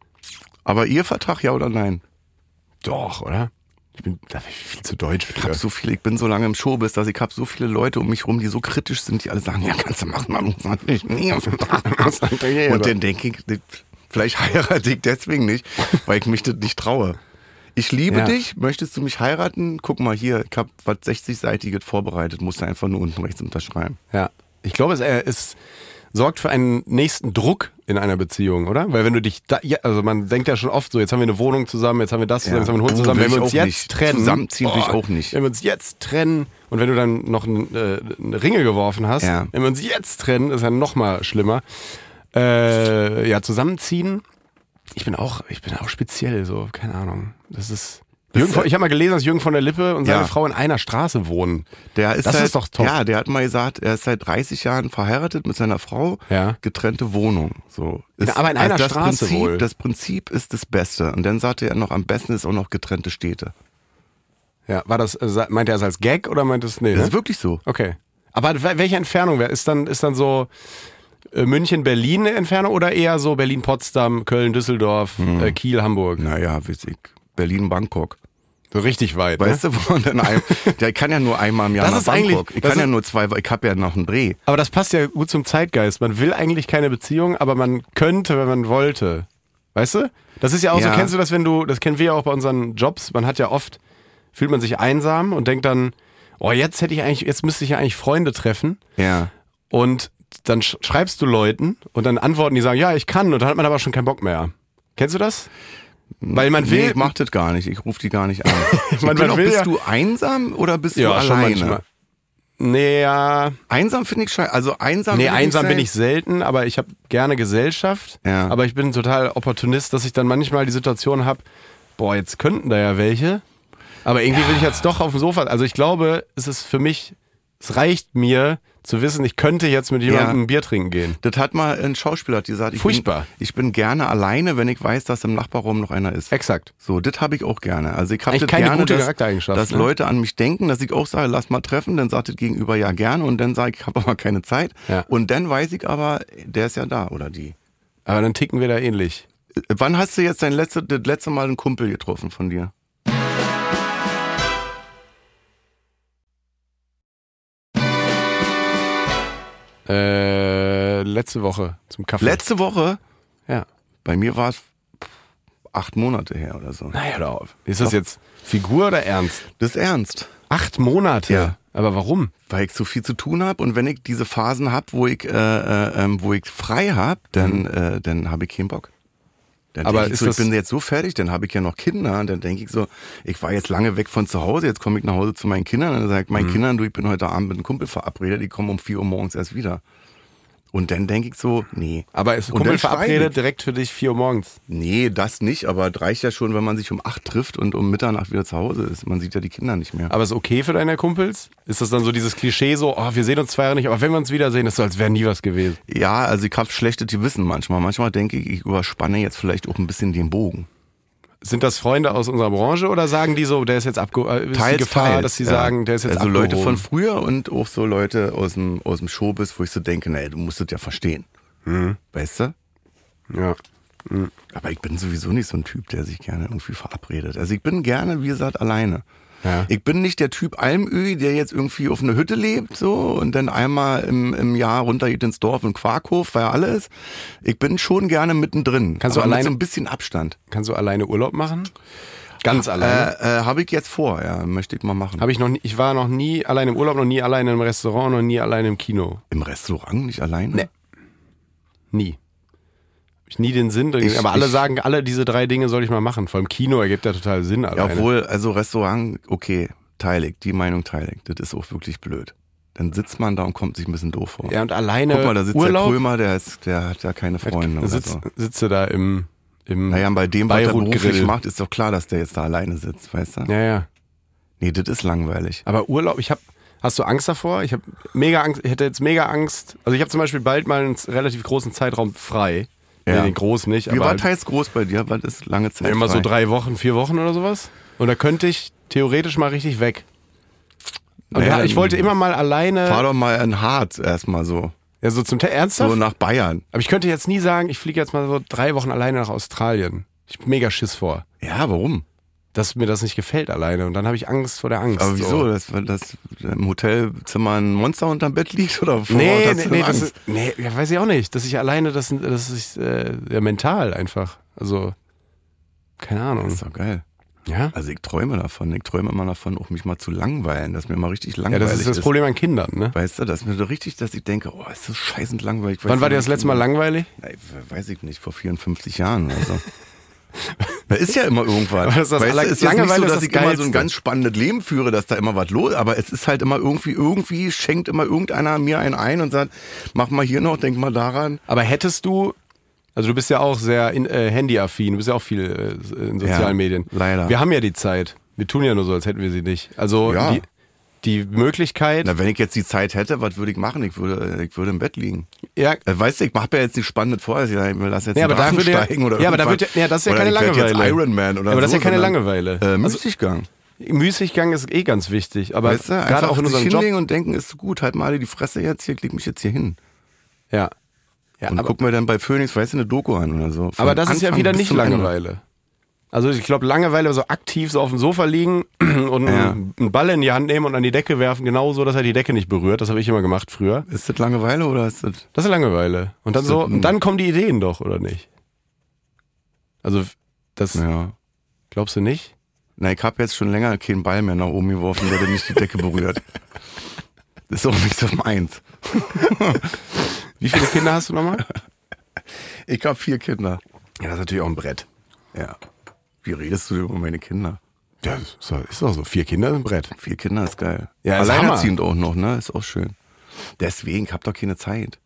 S2: Aber Ehevertrag, ja oder nein?
S3: Doch, oder? Ich bin, da bin ich viel zu deutsch.
S2: Ich
S3: Für.
S2: hab so viele, ich bin so lange im Showbiz, dass ich hab so viele Leute um mich rum, die so kritisch sind, die alle sagen, ja, kannst du machen, man muss man nicht. Nee, muss man nicht. Und dann denke ich, das Vielleicht heirate ich deswegen nicht, weil ich mich das nicht traue. Ich liebe
S3: Ja.
S2: dich, möchtest du mich heiraten? Guck mal hier, ich hab was 60-seitiges vorbereitet, musst du einfach nur unten rechts unterschreiben.
S3: Ja. Ich glaube, es, äh, es sorgt für einen nächsten Druck in einer Beziehung, oder? Weil wenn du dich da, ja, also man denkt ja schon oft so, jetzt haben wir eine Wohnung zusammen, jetzt haben wir das zusammen, jetzt haben wir einen Hund
S2: Oh,
S3: zusammen,
S2: will
S3: wenn wir
S2: ich
S3: uns
S2: auch
S3: jetzt
S2: nicht.
S3: trennen.
S2: Zusammenziehen will ich
S3: Boah,
S2: auch nicht.
S3: Wenn wir uns jetzt trennen und wenn du dann noch einen, äh, einen Ringe geworfen hast,
S2: Ja.
S3: wenn wir uns jetzt trennen, ist ja noch mal schlimmer. Äh, ja, zusammenziehen. Ich bin auch, ich bin auch speziell so, keine Ahnung. Das ist. Jürgen von, ich habe mal gelesen, dass Jürgen von der Lippe und seine
S2: Ja.
S3: Frau in einer Straße wohnen.
S2: Der ist
S3: Das
S2: halt,
S3: ist doch top.
S2: Ja, der hat mal gesagt, er ist seit 30 Jahren verheiratet mit seiner Frau,
S3: Ja.
S2: getrennte Wohnung. So. Ist, also
S3: aber in einer
S2: das
S3: Straße
S2: Prinzip,
S3: wohl.
S2: Das Prinzip ist das Beste. Und dann sagte er noch, am besten ist auch noch getrennte Städte.
S3: Ja, war das, äh, sa- meint er es als Gag oder meint es, nee?
S2: Das
S3: ne?
S2: ist wirklich so.
S3: Okay. Aber we- welche Entfernung wäre? Ist dann, ist dann so äh, München-Berlin eine Entfernung oder eher so Berlin-Potsdam, Köln-Düsseldorf,
S2: Hm.
S3: äh, Kiel-Hamburg?
S2: Naja, weiß ich. Berlin, Bangkok.
S3: So richtig weit.
S2: Weißt
S3: ne?
S2: du, wo dann
S3: <laughs>
S2: ein, der kann ja nur einmal im Jahr
S3: Das
S2: nach
S3: ist eigentlich-
S2: Bangkok. Ich
S3: das
S2: kann ja
S3: ist-
S2: nur zwei, ich habe ja noch einen Dreh.
S3: Aber das passt ja gut zum Zeitgeist. Man will eigentlich keine Beziehung, aber man könnte, wenn man wollte. Weißt du? Das ist ja auch so,
S2: Ja.
S3: kennst du das, wenn du, das kennen wir ja auch bei unseren Jobs, man hat ja oft, fühlt man sich einsam und denkt dann, oh, jetzt hätte ich eigentlich, jetzt müsste ich ja eigentlich Freunde treffen.
S2: Ja.
S3: Und dann sch schreibst du Leuten und dann antworten die sagen, ja, ich kann. Und dann hat man aber schon keinen Bock mehr. Kennst du das? Weil man
S2: Nee,
S3: will.
S2: ich mach das gar nicht. Ich rufe die
S3: <laughs>
S2: gar nicht an. Ich
S3: Man-
S2: bin
S3: man
S2: auch,
S3: will
S2: bist
S3: ja-
S2: du einsam oder bist du
S3: ja, schon
S2: alleine?
S3: manchmal. Nee, ja.
S2: Einsam finde ich scheiße. Also einsam.
S3: Nee,
S2: will ich
S3: einsam
S2: nicht
S3: bin ich selten, aber ich habe gerne Gesellschaft.
S2: Ja.
S3: Aber ich bin total Opportunist, dass ich dann manchmal die Situation habe, boah, jetzt könnten da ja welche. Aber irgendwie will ich jetzt doch auf dem Sofa. Also ich glaube, es ist für mich, es reicht mir zu wissen, ich könnte jetzt mit jemandem
S2: Ja.
S3: ein Bier trinken gehen.
S2: Das hat mal ein Schauspieler hat gesagt. Ich
S3: Furchtbar.
S2: Bin, ich bin gerne alleine, wenn ich weiß, dass im Nachbarraum noch einer ist.
S3: Exakt.
S2: So, das habe ich auch gerne. Also ich habe
S3: Eigentlich
S2: das
S3: keine
S2: gerne,
S3: gute
S2: dass,
S3: Charaktereigenschaft,
S2: dass
S3: ne?
S2: Leute an mich denken, dass ich auch sage, lass mal treffen, dann sagt das Gegenüber ja gerne und dann sage ich, ich habe aber keine Zeit.
S3: Ja.
S2: Und dann weiß ich aber, der ist ja da oder die.
S3: Aber dann ticken wir da ähnlich.
S2: Äh, Wann hast du jetzt dein letzte, das letzte Mal einen Kumpel getroffen von dir?
S3: Äh, letzte Woche zum Kaffee.
S2: Letzte Woche?
S3: Ja.
S2: Bei mir war es pff, acht Monate her oder so.
S3: Naja, hör auf. Ist das jetzt Figur oder Ernst?
S2: Das ist ernst.
S3: Acht Monate.
S2: Ja.
S3: Aber warum?
S2: weil ich so viel zu tun habe und wenn ich diese Phasen habe, wo ich äh, äh, ähm, wo ich frei habe, dann äh, dann habe ich keinen Bock. Dann
S3: Mhm. Aber
S2: denk ich,
S3: ist
S2: so,
S3: das-
S2: ich bin jetzt so fertig, dann habe ich ja noch Kinder und dann denke ich so, ich war jetzt lange weg von zu Hause, jetzt komme ich nach Hause zu meinen Kindern und dann sage ich
S3: Mhm.
S2: meinen Kindern, du, ich bin heute Abend mit einem Kumpel verabredet, die kommen um 4 Uhr morgens erst wieder. Und dann denke ich so, nee.
S3: Aber ist
S2: Und
S3: Kumpel
S2: dann schweige
S3: verabredet
S2: ich.
S3: direkt für dich 4 Uhr morgens.
S2: Nee, das nicht, aber das reicht ja schon, wenn man sich um 8 trifft und um Mitternacht wieder zu Hause ist. Man sieht ja die Kinder nicht mehr.
S3: Aber ist okay für deine Kumpels? Ist das dann so dieses Klischee so, oh, wir sehen uns zwei Jahre nicht, aber wenn wir uns wiedersehen, ist so, als wäre nie was gewesen.
S2: Ja, also ich habe schlechte Gewissen manchmal. Manchmal denke ich, ich überspanne jetzt vielleicht auch ein bisschen den Bogen.
S3: Sind das Freunde aus unserer Branche oder sagen die so, der ist jetzt abge... äh, Ist die Gefahr, dass sie
S2: ja.
S3: sagen, der ist jetzt
S2: Also Leute von
S3: abgehoben?
S2: früher und auch so Leute aus dem, aus dem Showbiz, wo ich so denke, naja, du musst das ja verstehen.
S3: Hm.
S2: Weißt du?
S3: Ja.
S2: Aber ich bin sowieso nicht so ein Typ, der sich gerne irgendwie verabredet. Also ich bin gerne, wie gesagt, alleine.
S3: Ja.
S2: Ich bin nicht der Typ Almöhi, der jetzt irgendwie auf einer Hütte lebt so und dann einmal im, im Jahr runtergeht ins Dorf und Quarkhof, weil alles. Ich bin schon gerne mittendrin.
S3: Kannst du
S2: aber mit
S3: alleine-
S2: so ein bisschen Abstand.
S3: Kannst du alleine Urlaub machen? Ganz alleine.
S2: Äh, äh, habe ich jetzt vor, ja, möchte ich mal machen.
S3: Hab ich noch nie, ich war noch nie allein im Urlaub, noch nie allein im Restaurant, noch nie allein im Kino.
S2: Im Restaurant nicht alleine?
S3: Nee. Nie. Hab Ich nie den Sinn drin.
S2: Ich-
S3: aber alle
S2: ich-
S3: sagen, alle diese drei Dinge soll ich mal machen. Vor allem Kino ergibt ja total Sinn.
S2: Ja,
S3: Alleine.
S2: obwohl, also Restaurant, okay, teilig, die Meinung teilig. Das ist auch wirklich blöd. Dann sitzt man da und kommt sich ein bisschen doof vor.
S3: Ja, und alleine
S2: Guck mal, da sitzt
S3: Urlaub,
S2: der Krömer, der, ist, der hat ja keine Freunde
S3: da
S2: oder
S3: sitzt,
S2: so.
S3: sitze da im, im
S2: Naja, und bei dem, was er
S3: Beirut
S2: beruflich
S3: Grill.
S2: macht, ist doch klar, dass der jetzt da alleine sitzt, weißt du?
S3: Ja, ja.
S2: Nee, das ist langweilig.
S3: Aber Urlaub, ich habe Hast du Angst davor? Ich habe mega Angst, ich hätte jetzt mega Angst. Also ich habe zum Beispiel bald mal einen relativ großen Zeitraum frei.
S2: Ja.
S3: Nee, den groß nicht,
S2: Wie
S3: aber
S2: war teils groß bei dir? Was ist lange Zeit?
S3: immer so
S2: frei?
S3: drei Wochen, vier Wochen oder sowas. Und da könnte ich theoretisch mal richtig weg. Und
S2: Naja, ähm,
S3: ja, ich
S2: dann
S3: wollte immer mal alleine.
S2: Fahr doch mal in Harz erstmal so.
S3: Ja, so zum Te- Ernsthaft?
S2: So nach Bayern.
S3: Aber ich könnte jetzt nie sagen, ich fliege jetzt mal so drei Wochen alleine nach Australien. Ich hab mega Schiss vor.
S2: Ja, warum?
S3: dass mir das nicht gefällt alleine. Und dann habe ich Angst vor der Angst.
S2: Aber
S3: So.
S2: wieso? Dass, dass im Hotelzimmer ein Monster unterm Bett liegt? Oder worauf
S3: Nee,
S2: hast
S3: nee,
S2: du
S3: nee, das
S2: Angst?
S3: ist, nee, ja, weiß ich auch nicht. Dass ich alleine, das, das ist äh, ja, mental einfach. Also, keine
S2: Das
S3: Ahnung.
S2: ist doch geil.
S3: Ja,
S2: Also ich träume davon. Ich träume immer davon, auch mich mal zu langweilen, dass mir mal richtig
S3: ja
S2: langweilig
S3: das ist das Problem an Kindern, ne?
S2: Weißt du, dass mir so richtig, dass ich denke, oh, ist das scheißend langweilig.
S3: Wann war dir das letzte Mal langweilig?
S2: langweilig? Weiß ich nicht, vor 54 Jahren oder
S3: <laughs>
S2: so. Da ist ja immer irgendwas.
S3: Aber das ist das
S2: weißt du,
S3: aller-
S2: es ist jetzt nicht
S3: Langeweile
S2: so,
S3: ist das
S2: dass ich immer so
S3: Geilste.
S2: ein ganz spannendes Leben führe, dass da immer was los ist, aber es ist halt immer irgendwie, irgendwie schenkt immer irgendeiner mir einen ein und sagt, mach mal hier noch, denk mal daran.
S3: Aber hättest du, also du bist ja auch sehr in, äh, handyaffin, du bist ja auch viel äh, in sozialen
S2: Ja,
S3: Medien.
S2: leider.
S3: Wir haben ja die Zeit. Wir tun ja nur so, als hätten wir sie nicht. Also
S2: Ja.
S3: die, die Möglichkeit,
S2: Na, wenn ich jetzt die Zeit hätte, was würde ich machen? Ich würde, ich würde im Bett liegen.
S3: ja,
S2: Äh, Weißt du, ich mache mir jetzt nicht spannend vor, also ich lass jetzt
S3: Ja,
S2: einen
S3: aber da
S2: Drachen
S3: würde ja-
S2: steigen oder
S3: ja, aber da
S2: irgendwas.
S3: wird ja- ja, das ist ja
S2: Oder
S3: keine
S2: ich werd
S3: Langeweile.
S2: Jetzt Iron Man oder
S3: aber das ist
S2: so,
S3: ja keine
S2: sondern,
S3: Langeweile.
S2: Äh,
S3: also,
S2: Müßiggang.
S3: Müßiggang ist eh ganz wichtig, aber
S2: weißt du,
S3: gerade
S2: einfach
S3: auch in
S2: sich
S3: unserem Job.
S2: hinlegen und denken, ist gut, halt mal alle die Fresse jetzt hier, klick mich jetzt hier hin.
S3: Ja. ja
S2: Und
S3: aber,
S2: guck mir dann bei Phoenix, weißt du, eine Doku an oder so. Von
S3: aber das ist ja
S2: Anfang
S3: wieder
S2: bis
S3: nicht
S2: zum Ende.
S3: Langeweile. Also ich glaube, Langeweile so aktiv so auf dem Sofa liegen <clears throat> und
S2: Ja.
S3: einen Ball in die Hand nehmen und an die Decke werfen, genauso, dass er die Decke nicht berührt. Das habe ich immer gemacht früher.
S2: Ist das Langeweile oder ist das.
S3: Das ist Langeweile. Und dann so, und dann kommen die Ideen doch, oder nicht? Also, das
S2: Ja.
S3: glaubst du nicht?
S2: Na, ich habe jetzt schon länger keinen Ball mehr nach oben geworfen, der denn nicht die
S3: <laughs>
S2: Decke berührt. Das ist auch nicht so meins.
S3: Wie viele Kinder hast du nochmal?
S2: Ich habe vier Kinder.
S3: Ja, das ist natürlich auch ein Brett.
S2: Ja. Wie redest du denn über meine Kinder?
S3: Ja, ist doch, ist doch so. Vier Kinder ist ein Brett.
S2: Vier Kinder ist geil.
S3: Ja, ist
S2: Alleinerziehend auch noch, ne? Ist auch schön. Deswegen, ich hab doch keine Zeit.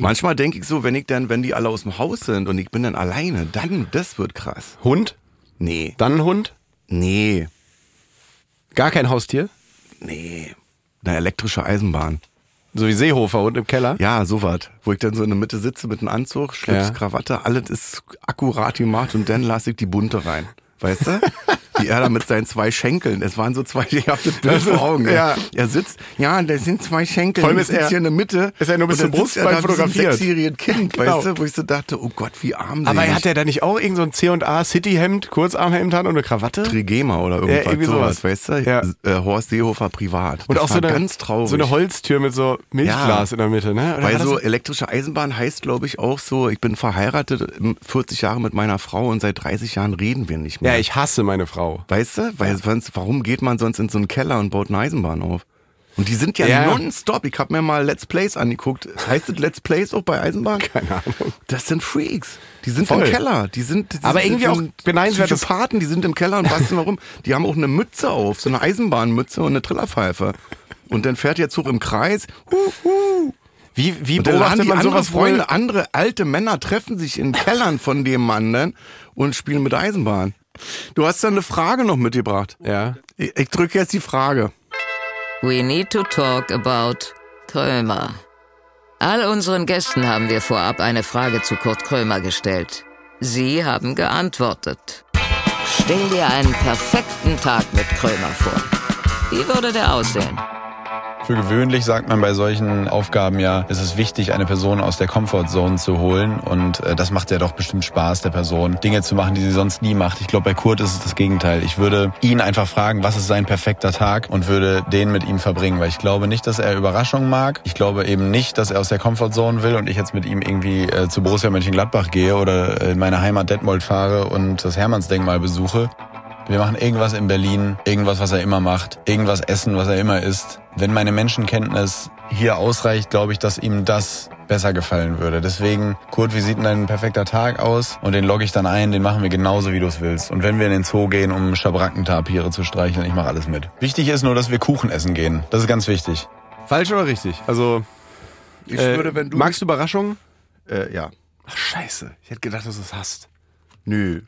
S2: Manchmal denke ich so, wenn ich dann, wenn die alle aus dem Haus sind und ich bin dann alleine, dann, das wird krass.
S3: Hund?
S2: Nee,
S3: Dann ein Hund?
S2: nee,
S3: Gar kein Haustier?
S2: nee. Eine elektrische Eisenbahn.
S3: So wie Seehofer, Hund im Keller?
S2: Ja, sowas. Wo ich dann so in der Mitte sitze mit einem Anzug, Schlips,
S3: Ja.
S2: Krawatte, alles ist akkurat gemacht und dann lasse ich die bunte rein. Weißt du? Wie er da mit seinen zwei Schenkeln. Es waren so zwei, ich hab das Bild vor Augen. ey.
S3: Ja.
S2: Er sitzt, ja, da sind zwei Schenkel.
S3: Vor allem
S2: Ich
S3: ist
S2: sitz
S3: er-
S2: hier in der Mitte.
S3: ist er nur bis
S2: und dann
S3: zum
S2: sitzt er
S3: Brustbein
S2: da wie so ein
S3: fotografiert.
S2: sechsjähriges Kind,
S3: Genau.
S2: weißt du? Wo ich so dachte, oh Gott, wie arm
S3: Aber hat er da nicht auch irgend so ein C&A City-Hemd, Kurzarmhemd an und eine Krawatte?
S2: Trigema oder irgendwas,
S3: irgendwie sowas.
S2: sowas, weißt du?
S3: Ja.
S2: Äh, Horst Seehofer privat.
S3: und
S2: das
S3: auch so
S2: war
S3: eine,
S2: ganz traurig.
S3: so eine Holztür mit so Milchglas
S2: Ja.
S3: in der Mitte, ne? Oder war
S2: Weil
S3: das-
S2: so elektrische Eisenbahn heißt, glaube ich, auch so, ich bin verheiratet, 40 Jahre mit meiner Frau und seit 30 Jahren reden wir nicht mehr.
S3: ja, ich hasse meine Frau.
S2: weißt du? Weil sonst, warum geht man sonst in so einen Keller und baut eine Eisenbahn auf? Und die sind ja,
S3: Ja.
S2: nonstop. Ich habe mir mal Let's Plays angeguckt. Heißt das Let's Plays auch bei Eisenbahn? Keine Ahnung. Das sind Freaks. Die sind
S3: Voll.
S2: im Keller. Die sind, die
S3: Aber
S2: sind,
S3: irgendwie
S2: die
S3: auch
S2: sind
S3: beneidenswertes-
S2: Psychopathen, die sind im Keller und basteln warum. Die haben auch eine Mütze auf, so eine Eisenbahnmütze und eine Trillerpfeife. Und dann fährt der Zug im Kreis.
S3: Wie, wie
S2: Und dann laden
S3: beobachtet
S2: die
S3: man
S2: andere
S3: sowas
S2: Freunde,
S3: wohl?
S2: andere alte Männer treffen sich in Kellern von dem anderen und spielen mit Eisenbahn. Du hast da eine Frage noch mitgebracht.
S3: Ja.
S2: Ich, ich drücke jetzt die Frage.
S1: We need to talk about Krömer. All unseren Gästen haben wir vorab eine Frage zu Kurt Krömer gestellt. Sie haben geantwortet. Stell dir einen perfekten Tag mit Krömer vor. Wie würde der aussehen?
S4: Für gewöhnlich sagt man bei solchen Aufgaben ja, es ist wichtig, eine Person aus der Comfortzone zu holen. Und äh, das macht ja doch bestimmt Spaß, der Person Dinge zu machen, die sie sonst nie macht. Ich glaube, bei Kurt ist es das Gegenteil. Ich würde ihn einfach fragen, was ist sein perfekter Tag und würde den mit ihm verbringen. Weil ich glaube nicht, dass er Überraschungen mag. Ich glaube eben nicht, dass er aus der Comfortzone will und ich jetzt mit ihm irgendwie äh, zu Borussia Mönchengladbach gehe oder äh, in meine Heimat Detmold fahre und das Hermannsdenkmal besuche. Wir machen irgendwas in Berlin, irgendwas, was er immer macht, irgendwas essen, was er immer isst. Wenn meine Menschenkenntnis hier ausreicht, glaube ich, dass ihm das besser gefallen würde. Deswegen, Kurt, wie sieht denn dein perfekter Tag aus? Und den logge ich dann ein, den machen wir genauso, wie du es willst. Und wenn wir in den Zoo gehen, um Schabrackentapire zu streicheln, ich mache alles mit. Wichtig ist nur, dass wir Kuchen essen gehen. Das ist ganz wichtig.
S3: Falsch oder richtig? Also,
S2: Ich
S3: äh,
S2: würde, wenn du.
S3: magst du Überraschungen?
S2: Äh, ja.
S3: Ach, scheiße. Ich hätte gedacht, dass du es hast.
S2: Nö.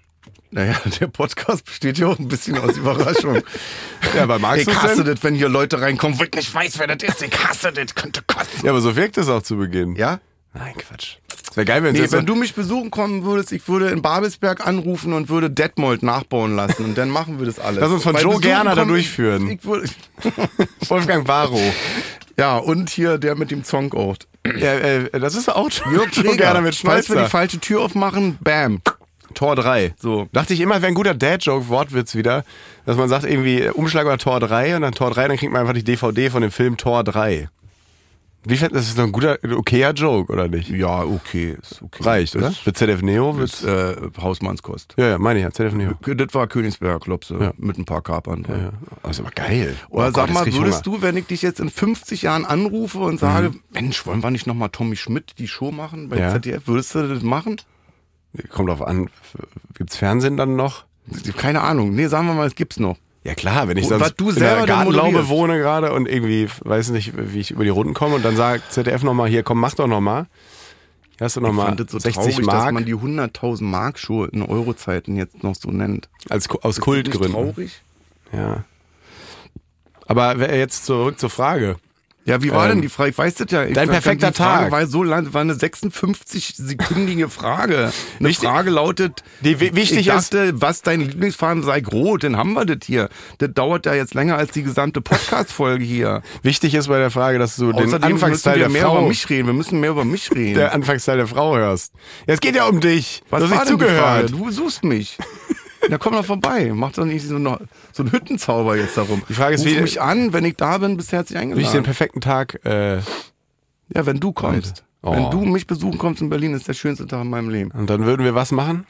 S2: Naja, <laughs> der Podcast besteht ja auch ein bisschen
S3: <laughs>
S2: aus Überraschung.
S3: Ja, aber magst
S2: ich
S3: du es
S2: hasse
S3: denn?
S2: das, wenn hier Leute reinkommen, wo ich nicht weiß, wer das ist. Ich hasse das, könnte kotzen.
S3: Ja, aber so wirkt es auch zu Beginn.
S2: Ja?
S3: Nein, Quatsch. Es wäre geil, wenn
S2: Nee,
S3: es
S2: wenn du mich besuchen kommen würdest, ich würde in Babelsberg anrufen und würde Detmold nachbauen lassen und dann machen wir das alles.
S3: Lass uns von
S2: Bei
S3: Joe
S2: Besuchen
S3: Gerner da
S2: kommen,
S3: durchführen.
S2: Ich, ich würde,
S3: Wolfgang Barrow.
S2: ja, und hier der mit dem Zonkout.
S3: ja, äh, das ist auch schon
S2: Jörg
S3: schon
S2: Träger,
S3: gerne mit
S2: falls wir die
S3: Schnäuzer.
S2: falsche Tür aufmachen, bam.
S3: Tor 3.
S2: So.
S3: Dachte ich immer, wäre ein guter Dad-Joke-Wortwitz wieder, dass man sagt irgendwie äh, Umschlag oder Tor 3 und dann Tor 3, dann kriegt man einfach die DVD von dem Film Tor 3. Wie fällt das? ist doch ein guter, ein okayer Joke, oder nicht?
S2: Ja, okay, ist okay.
S3: Reicht, oder? Für ZDF Neo wird's.
S2: Ist, äh, Hausmannskost.
S3: Ja, ja, meine ich ja, ZDF Neo.
S2: Das war Königsberger Klopse mit ein paar Kapern drin.
S3: Also aber geil. Oh
S2: Oder sag
S3: Gott, jetzt
S2: mal,
S3: krieg ich
S2: würdest
S3: Hunger.
S2: du, wenn ich dich jetzt in 50 Jahren anrufe und sage, Mensch, wollen wir nicht nochmal Tommy Schmidt die Show machen bei
S3: Ja.
S2: ZDF, würdest du das machen?
S3: Kommt drauf an, f- gibt's Fernsehen dann noch?
S2: Keine Ahnung. Nee, sagen wir mal, es gibt's noch.
S3: Ja klar, wenn ich
S2: Und
S3: sonst
S2: was du
S3: in
S2: selber
S3: der Gartenlaube
S2: moderierst.
S3: wohne gerade und irgendwie weiß nicht, wie ich über die Runden komme und dann sagt ZDF nochmal, hier komm, mach doch nochmal. Hier Hast du
S2: Ich
S3: nochmal
S2: fand das so
S3: 60
S2: traurig, dass
S3: Mark
S2: man die 100.000 Mark Show in Eurozeiten jetzt noch so nennt.
S3: als, Ku- aus
S2: Ist
S3: Kultgründen.
S2: Das nicht traurig?
S3: Ja. Aber wer- jetzt zurück zur Frage.
S2: Ja, wie war
S3: Ähm,
S2: denn die Frage? Ich weiß das ja. Ich
S3: dein
S2: kann-
S3: perfekter
S2: die Frage
S3: Tag.
S2: War so lang, war eine
S3: <laughs>
S2: 56-sekündige Frage. Eine
S3: Wichtig-
S2: Frage lautet,
S3: Die wi- wichtig
S2: ich dachte, was dein Lieblingsfarben sei rot, dann haben wir das hier. Das dauert ja jetzt länger als die gesamte Podcast-Folge
S3: <laughs>
S2: hier.
S3: Wichtig ist bei der Frage, dass du den
S2: Außerdem müssen
S3: Anfangsteil
S2: wir
S3: der
S2: mehr
S3: Frau,
S2: über mich reden. Wir müssen mehr
S3: <laughs>
S2: über mich reden.
S3: der Anfangsteil der Frau hörst. Ja, es geht ja um dich.
S2: was
S3: du hast
S2: war
S3: nicht
S2: denn die Frage?
S3: zugehört.
S2: Du
S3: <laughs>
S2: besuchst mich. Na komm doch vorbei. Mach doch nicht so, eine, so einen Hüttenzauber jetzt darum.
S3: Die Frage ist,
S2: Ruf
S3: wie-
S2: mich an, wenn ich da bin, bist herzlich
S3: Wie ich den
S2: eingeladen.
S3: perfekten Tag. Äh,
S2: Ja, wenn du kommst.
S3: Oh.
S2: Wenn du mich besuchen kommst in Berlin, ist der schönste Tag in meinem Leben.
S3: und dann würden wir was machen?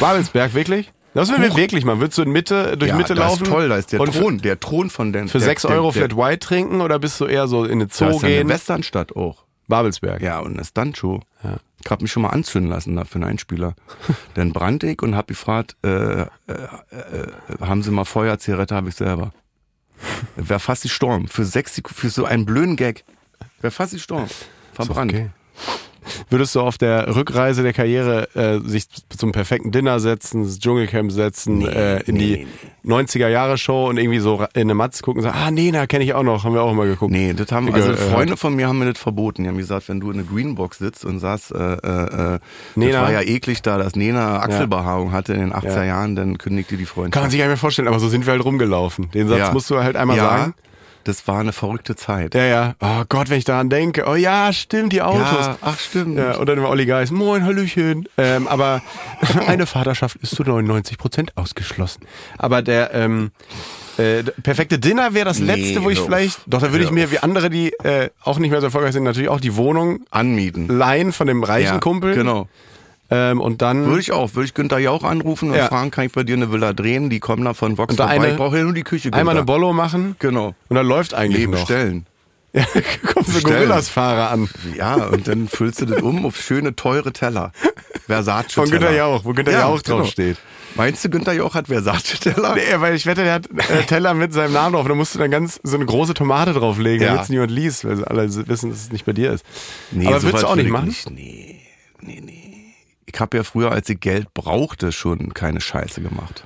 S3: Babelsberg, wirklich? Das würden wir wirklich machen. Würdest du in Mitte, durch Mitte
S2: das
S3: laufen?
S2: Ist toll, da ist der
S3: und
S2: Thron, der Thron von den.
S3: Für
S2: der,
S3: 6
S2: der-
S3: Euro
S2: der,
S3: Flat White trinken oder bist du eher so in eine
S2: Da
S3: Zoo
S2: ist ja eine
S3: gehen?
S2: Westernstadt auch.
S3: Babelsberg.
S2: Ja, und eine Stuntshow. Ja. Ich hab mich schon mal anzünden lassen da für einen <laughs> Einspieler. Dann brannte ich und hab gefragt, äh, äh, äh, haben Sie mal Feuerzigarette? Habe ich selber. Wär fast gestorben. Für sechs Sek- für so einen blöden Gag. Wär fast gestorben. Verbrannt.
S3: Okay. Würdest du auf der Rückreise der Karriere äh, sich zum perfekten Dinner setzen, ins Dschungelcamp setzen, äh, in die 90er-Jahre-Show und irgendwie so ra- in eine Matz gucken und sagen, ah, Nena kenne ich auch noch, haben wir auch mal geguckt.
S2: Nee, das haben
S3: Ge-
S2: also
S3: äh,
S2: Freunde von mir haben mir das verboten. Die haben gesagt, wenn du in der Greenbox sitzt und sagst, äh, äh, äh,
S3: Nena.
S2: das war ja eklig da, dass Nena Achselbehaarung hatte in den 80er
S3: Ja.
S2: Jahren, dann kündigt dir die Freundschaft.
S3: Kann man sich gar nicht mehr vorstellen, aber so sind wir halt rumgelaufen. Den Satz musst du halt einmal
S2: ja,
S3: sagen.
S2: Das war eine verrückte Zeit.
S3: Ja, ja. Oh Gott, wenn ich daran denke. Oh ja, stimmt, die Autos.
S2: Ja, ach stimmt.
S3: Ja, Äh, und dann war Olli Geis, moin, Hallöchen. Ähm, aber <laughs> eine Vaterschaft ist zu 99 Prozent ausgeschlossen. Aber der ähm, äh, d- perfekte Dinner wäre das
S2: Nee,
S3: letzte, wo ich
S2: hör auf.
S3: vielleicht, doch da würde ich
S2: Hör
S3: mir, wie andere, die äh, auch nicht mehr so erfolgreich sind, natürlich auch die Wohnung
S2: Anmieten.
S3: leihen von dem reichen Kumpel.
S2: Genau.
S3: Ähm, und dann
S2: Würde ich auch. Würde ich Günther Jauch anrufen und
S3: Ja.
S2: fragen, kann ich bei dir eine Villa drehen? Die kommen da von Vox
S3: Und da
S2: vorbei.
S3: eine-
S2: ich brauche ja nur die Küche.
S3: einmal eine
S2: Günther.
S3: Bollo machen
S2: Genau.
S3: und dann läuft eigentlich
S2: Nee,
S3: noch.
S2: bestellen.
S3: Ja, <laughs> kommt so
S2: Bestellen.
S3: Gorillas-Fahrer an.
S2: Ja, und dann füllst du das um auf schöne, teure Teller. Versace
S3: Von Günther Jauch, wo Günther Jauch
S2: genau.
S3: draufsteht.
S2: Meinst du, Günther Jauch hat Versace Teller?
S3: Nee, weil ich wette, der hat äh, Teller mit seinem Namen drauf. Und da musst du dann ganz so eine große Tomate drauflegen,
S2: Ja.
S3: damit es niemand liest, weil sie alle wissen, dass es nicht bei dir ist. Aber
S2: sowas
S3: würdest du auch
S2: würd
S3: nicht
S2: ich
S3: machen?
S2: Nicht. Nee, nee, nee. Ich habe ja früher, als ich Geld brauchte, schon keine Scheiße gemacht.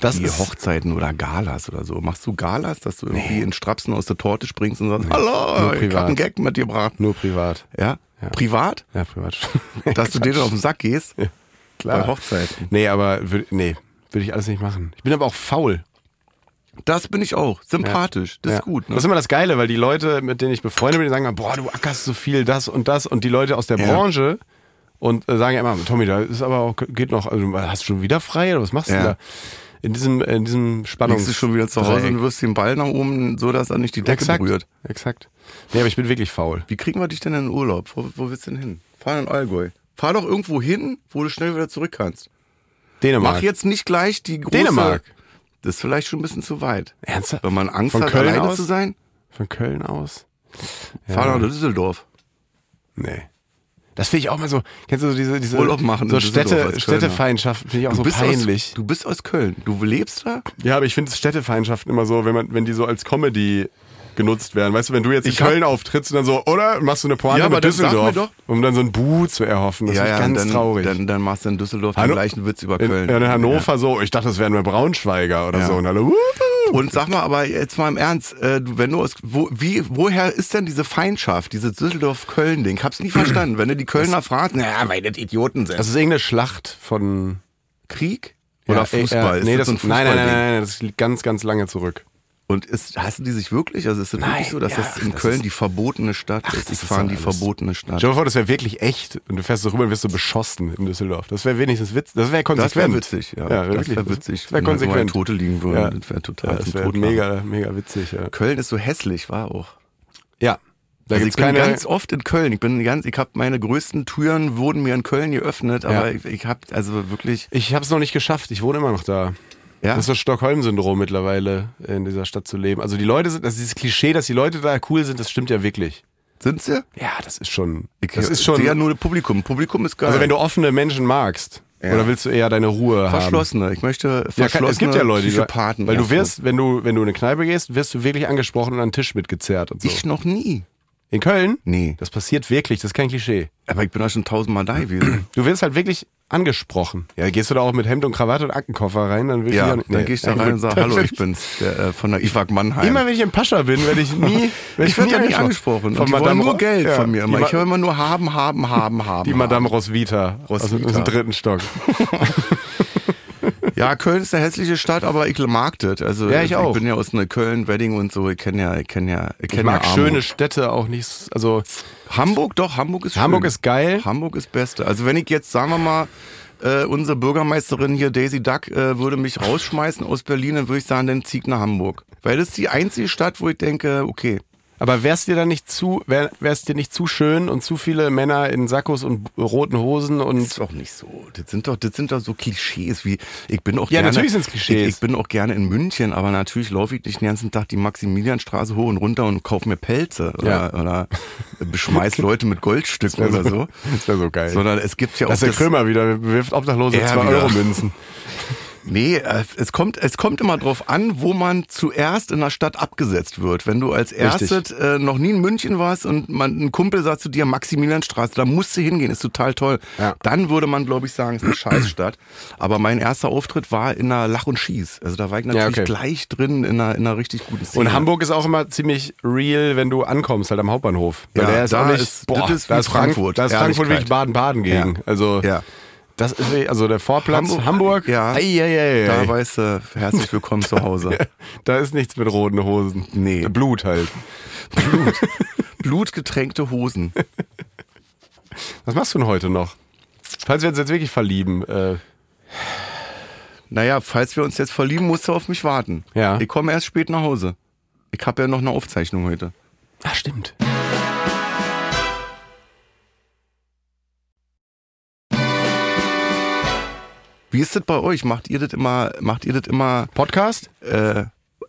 S3: Das
S2: wie Hochzeiten oder Galas oder so. Machst du Galas, dass du irgendwie in Strapsen aus der Torte springst und sagst, hallo,
S3: Nur
S2: ich
S3: privat.
S2: hab einen Gag mitgebracht.
S3: nur privat.
S2: Ja? Privat?
S3: Ja, privat. <laughs>
S2: Dass du denen auf den Sack gehst?
S3: Klar.
S2: Bei Hochzeiten.
S3: Nee, aber würd, nee, würde ich alles nicht machen. Ich bin aber auch faul.
S2: Das bin ich auch. Sympathisch. Das
S3: Ja.
S2: ist gut.
S3: Das ist
S2: Ne?
S3: immer das Geile, weil die Leute, mit denen ich befreundet bin, die sagen, immer, boah, du ackerst so viel, das und das. Und die Leute aus der
S2: Ja.
S3: Branche und äh, sagen ja immer, Tommy, da ist aber auch, geht noch, also, hast du schon wieder frei oder was machst du
S2: Ja.
S3: da? In diesem, in diesem Spannungs.
S2: Liegst du schon wieder zu Hause und wirst den Ball nach oben, so dass er nicht die Decke
S3: Exakt.
S2: berührt.
S3: Exakt. Nee, aber ich bin wirklich faul.
S2: Wie kriegen wir dich denn in den Urlaub? Wo, wo willst du denn hin? Fahr in Allgäu. Fahr doch irgendwo hin, wo du schnell wieder zurück kannst.
S3: Dänemark.
S2: Mach jetzt nicht gleich die große...
S3: Dänemark.
S2: Das ist vielleicht schon ein bisschen zu weit.
S3: Ernsthaft?
S2: Wenn man Angst
S3: Von
S2: hat,
S3: Köln
S2: alleine
S3: aus?
S2: zu sein,
S3: Von Köln aus?
S2: fahr doch nach Düsseldorf.
S3: Nee. Das finde ich auch mal so. Kennst du so diese, diese
S2: Urlaub machen
S3: so
S2: in Düsseldorf als
S3: Städte,
S2: Kölner.
S3: Städtefeindschaften finde ich auch so
S2: Aus,
S3: peinlich.
S2: du bist aus Köln. Du lebst da?
S3: ja, aber ich finde Städtefeindschaften immer so, wenn man, wenn die so als Comedy genutzt werden. Weißt du, wenn du jetzt in
S2: Ich hab-
S3: Köln auftrittst und dann so, oder Und machst du eine Pointe
S2: Ja, aber
S3: mit
S2: dann sag
S3: Düsseldorf,
S2: mir doch-
S3: um dann so ein Bu zu erhoffen. Das ist ganz
S2: dann,
S3: traurig.
S2: Dann, dann machst du in Düsseldorf
S3: Hanno-
S2: den gleichen Witz über
S3: in,
S2: Köln.
S3: in Hannover so, ich dachte, das wären wir Braunschweiger oder so. Und alle, wuhu.
S2: Ja. Und sag mal, aber jetzt mal im Ernst, äh, du, wenn du aus, wo, wie, woher ist denn diese Feindschaft, dieses Düsseldorf-Köln-Ding? Ich hab's nie verstanden. Wenn du die Kölner fragst, naja, weil das Idioten sind.
S3: Das ist irgendeine Schlacht von
S2: Krieg?
S3: Ja,
S2: Oder
S3: ey,
S2: Fußball?
S3: äh, nee,
S2: ist
S3: das,
S2: so ein
S3: nein, nein, nein,
S2: Fußballding?
S3: nein, nein, das liegt ganz, ganz lange zurück.
S2: Und ist, heißen die sich wirklich? Also ist das
S3: Nein,
S2: wirklich so, dass
S3: ja,
S2: das in
S3: das
S2: Köln
S3: ist-
S2: die verbotene Stadt
S3: Ach,
S2: ist?
S3: das
S2: Ich
S3: ist
S2: fahre in
S3: doch
S2: die
S3: alles-
S2: verbotene Stadt.
S3: Stell dir mal vor, das wäre wirklich echt und du fährst so rüber und wirst so beschossen in Düsseldorf. Das wäre wenigstens witzig. Das wäre konsequent.
S2: Das wäre witzig, ja.
S3: wär
S2: das
S3: wirklich.
S2: wäre witzig.
S3: Das wäre
S2: wenn da so ein
S3: konsequent.
S2: Tote liegen würden,
S3: Ja.
S2: das wäre total
S3: Ja, das
S2: zum
S3: wäre
S2: Totlachen.
S3: mega, mega witzig, ja.
S2: Köln ist so hässlich, war auch.
S3: Ja. Da
S2: also ich
S3: gibt's
S2: bin
S3: keine.
S2: ganz oft in Köln. Ich bin ganz, ich habe meine größten Türen wurden mir in Köln geöffnet, aber
S3: Ja.
S2: ich, ich habe also wirklich
S3: ich habe es noch nicht geschafft. Ich wohne immer noch da.
S2: ja.
S3: Das ist das Stockholm-Syndrom mittlerweile, in dieser Stadt zu leben. Also die Leute sind, das ist dieses Klischee, dass die Leute da cool sind, das stimmt ja wirklich.
S2: sind sie?
S3: Ja, das ist schon.
S2: Ich,
S3: Das ist schon.
S2: ja nur das Publikum. Publikum ist geil.
S3: Also wenn du offene Menschen magst,
S2: Ja.
S3: oder willst du eher deine Ruhe haben?
S2: verschlossene, ich möchte
S3: Ähm, Ja, kann-
S2: verschlossene
S3: es gibt ja Leute, die
S2: Psychopathen.
S3: weil du
S2: erstmal.
S3: wirst, wenn du wenn du in eine Kneipe gehst, wirst du wirklich angesprochen und an den Tisch mitgezerrt und so.
S2: ich noch nie.
S3: in Köln?
S2: Nee.
S3: Das passiert wirklich, das ist kein Klischee.
S2: Aber ich bin da schon tausendmal da
S3: <clears throat>
S2: gewesen.
S3: Du wirst halt wirklich angesprochen. Ja, gehst du da auch mit Hemd und Krawatte und Aktenkoffer rein, dann will ich
S2: ja,
S3: auch nicht-
S2: dann
S3: nee,
S2: gehe ich da
S3: nein, gut.
S2: rein
S3: <laughs>
S2: und sage, hallo, ich bin's, der, äh, von der IFAG Mannheim.
S3: Immer wenn ich im Pascha bin, werde
S2: <laughs>
S3: ich nie werd
S2: ich werde ja nicht angesprochen. Und die wollen nur
S3: Ro-
S2: Geld
S3: Ja,
S2: von mir immer.
S3: Die,
S2: Ich höre
S3: Ma
S2: immer nur
S3: <laughs>
S2: haben, haben, haben, haben.
S3: die
S2: haben.
S3: Madame Roswitha, Aus, dem- aus
S2: Roswitha.
S3: dem dritten Stock.
S2: Ja, Köln ist eine hässliche Stadt, aber ich mag das. Also
S3: Ja, ich auch.
S2: bin ja aus einer Köln, Wedding und so. Ich kenne ja, ich kenne ja, ich
S3: Ich
S2: kenne ja
S3: mag
S2: Armut.
S3: schöne Städte auch nicht. s- Also
S2: Hamburg, doch Hamburg ist schön.
S3: Hamburg ist geil.
S2: Hamburg ist beste. Also wenn ich jetzt, sagen wir mal, äh, unsere Bürgermeisterin hier, Daisy Duck, äh, würde mich rausschmeißen aus Berlin, dann würde ich sagen, dann zieh ich nach Hamburg. Weil das ist die einzige Stadt, wo ich denke, okay,
S3: Aber wär's dir dann nicht zu, wär, wär's dir nicht zu schön und zu viele Männer in Sakkos und b- roten Hosen
S2: ist
S3: und
S2: doch nicht so. Das sind doch, das sind doch so Klischees wie, ich bin auch
S3: Ja,
S2: gerne.
S3: natürlich sind's Klischees.
S2: Ich, ich bin auch gerne in München, aber natürlich laufe ich nicht den ganzen Tag die Maximilianstraße hoch und runter und kaufe mir Pelze
S3: Ja.
S2: oder, oder
S3: <laughs>
S2: äh, beschmeiß Leute mit Goldstücken oder so.
S3: Das wäre so geil.
S2: Sondern es gibt ja auch
S3: dass der
S2: das,
S3: Krömer wieder wirft Obdachlose
S2: Ja,
S3: 2
S2: wieder.
S3: Euro Münzen.
S2: Nee, äh, es kommt, es kommt immer drauf an, wo man zuerst in der Stadt abgesetzt wird. Wenn du als
S3: Richtig.
S2: erstes äh, noch nie in München warst und man, ein Kumpel sagt zu dir, Maximilianstraße, da musst du hingehen, ist total toll.
S3: Ja.
S2: Dann würde man, glaube ich, sagen, ist eine Scheißstadt. Aber mein erster Auftritt war in einer Lach und Schieß. Also da war ich natürlich
S3: okay.
S2: gleich drin in einer, in einer richtig guten
S3: <laughs>
S2: Szene.
S3: Und Hamburg ist auch immer ziemlich real, wenn du ankommst, halt am Hauptbahnhof. Weil
S2: Ja,
S3: der ist
S2: da
S3: auch nicht,
S2: ist-
S3: boah,
S2: das ist
S3: da
S2: wie
S3: ist Frank-
S2: Frankfurt,
S3: Da ist Frankfurt
S2: Ehrlichkeit.
S3: wirklich Baden-Baden gegen.
S2: Ja.
S3: Also,
S2: Ja.
S3: das ist, wirklich- also der Vorplatz Hamburg.
S2: Ja.
S3: Ei, ei, ei,
S2: Da
S3: ei.
S2: weißt du, herzlich willkommen zu Hause.
S3: <laughs> Da ist nichts mit roten Hosen.
S2: Nee.
S3: Blut halt.
S2: Blut. Blutgetränkte Hosen.
S3: Was machst du denn heute noch? Falls wir uns jetzt wirklich verlieben, äh,
S2: Naja, falls wir uns jetzt verlieben, musst du auf mich warten.
S3: Ja.
S2: Ich komme erst spät nach Hause. Ich habe ja noch eine Aufzeichnung heute.
S3: Ah, stimmt.
S2: Wie ist das bei euch? Macht ihr das immer, macht ihr das immer,
S3: Podcast?
S2: äh,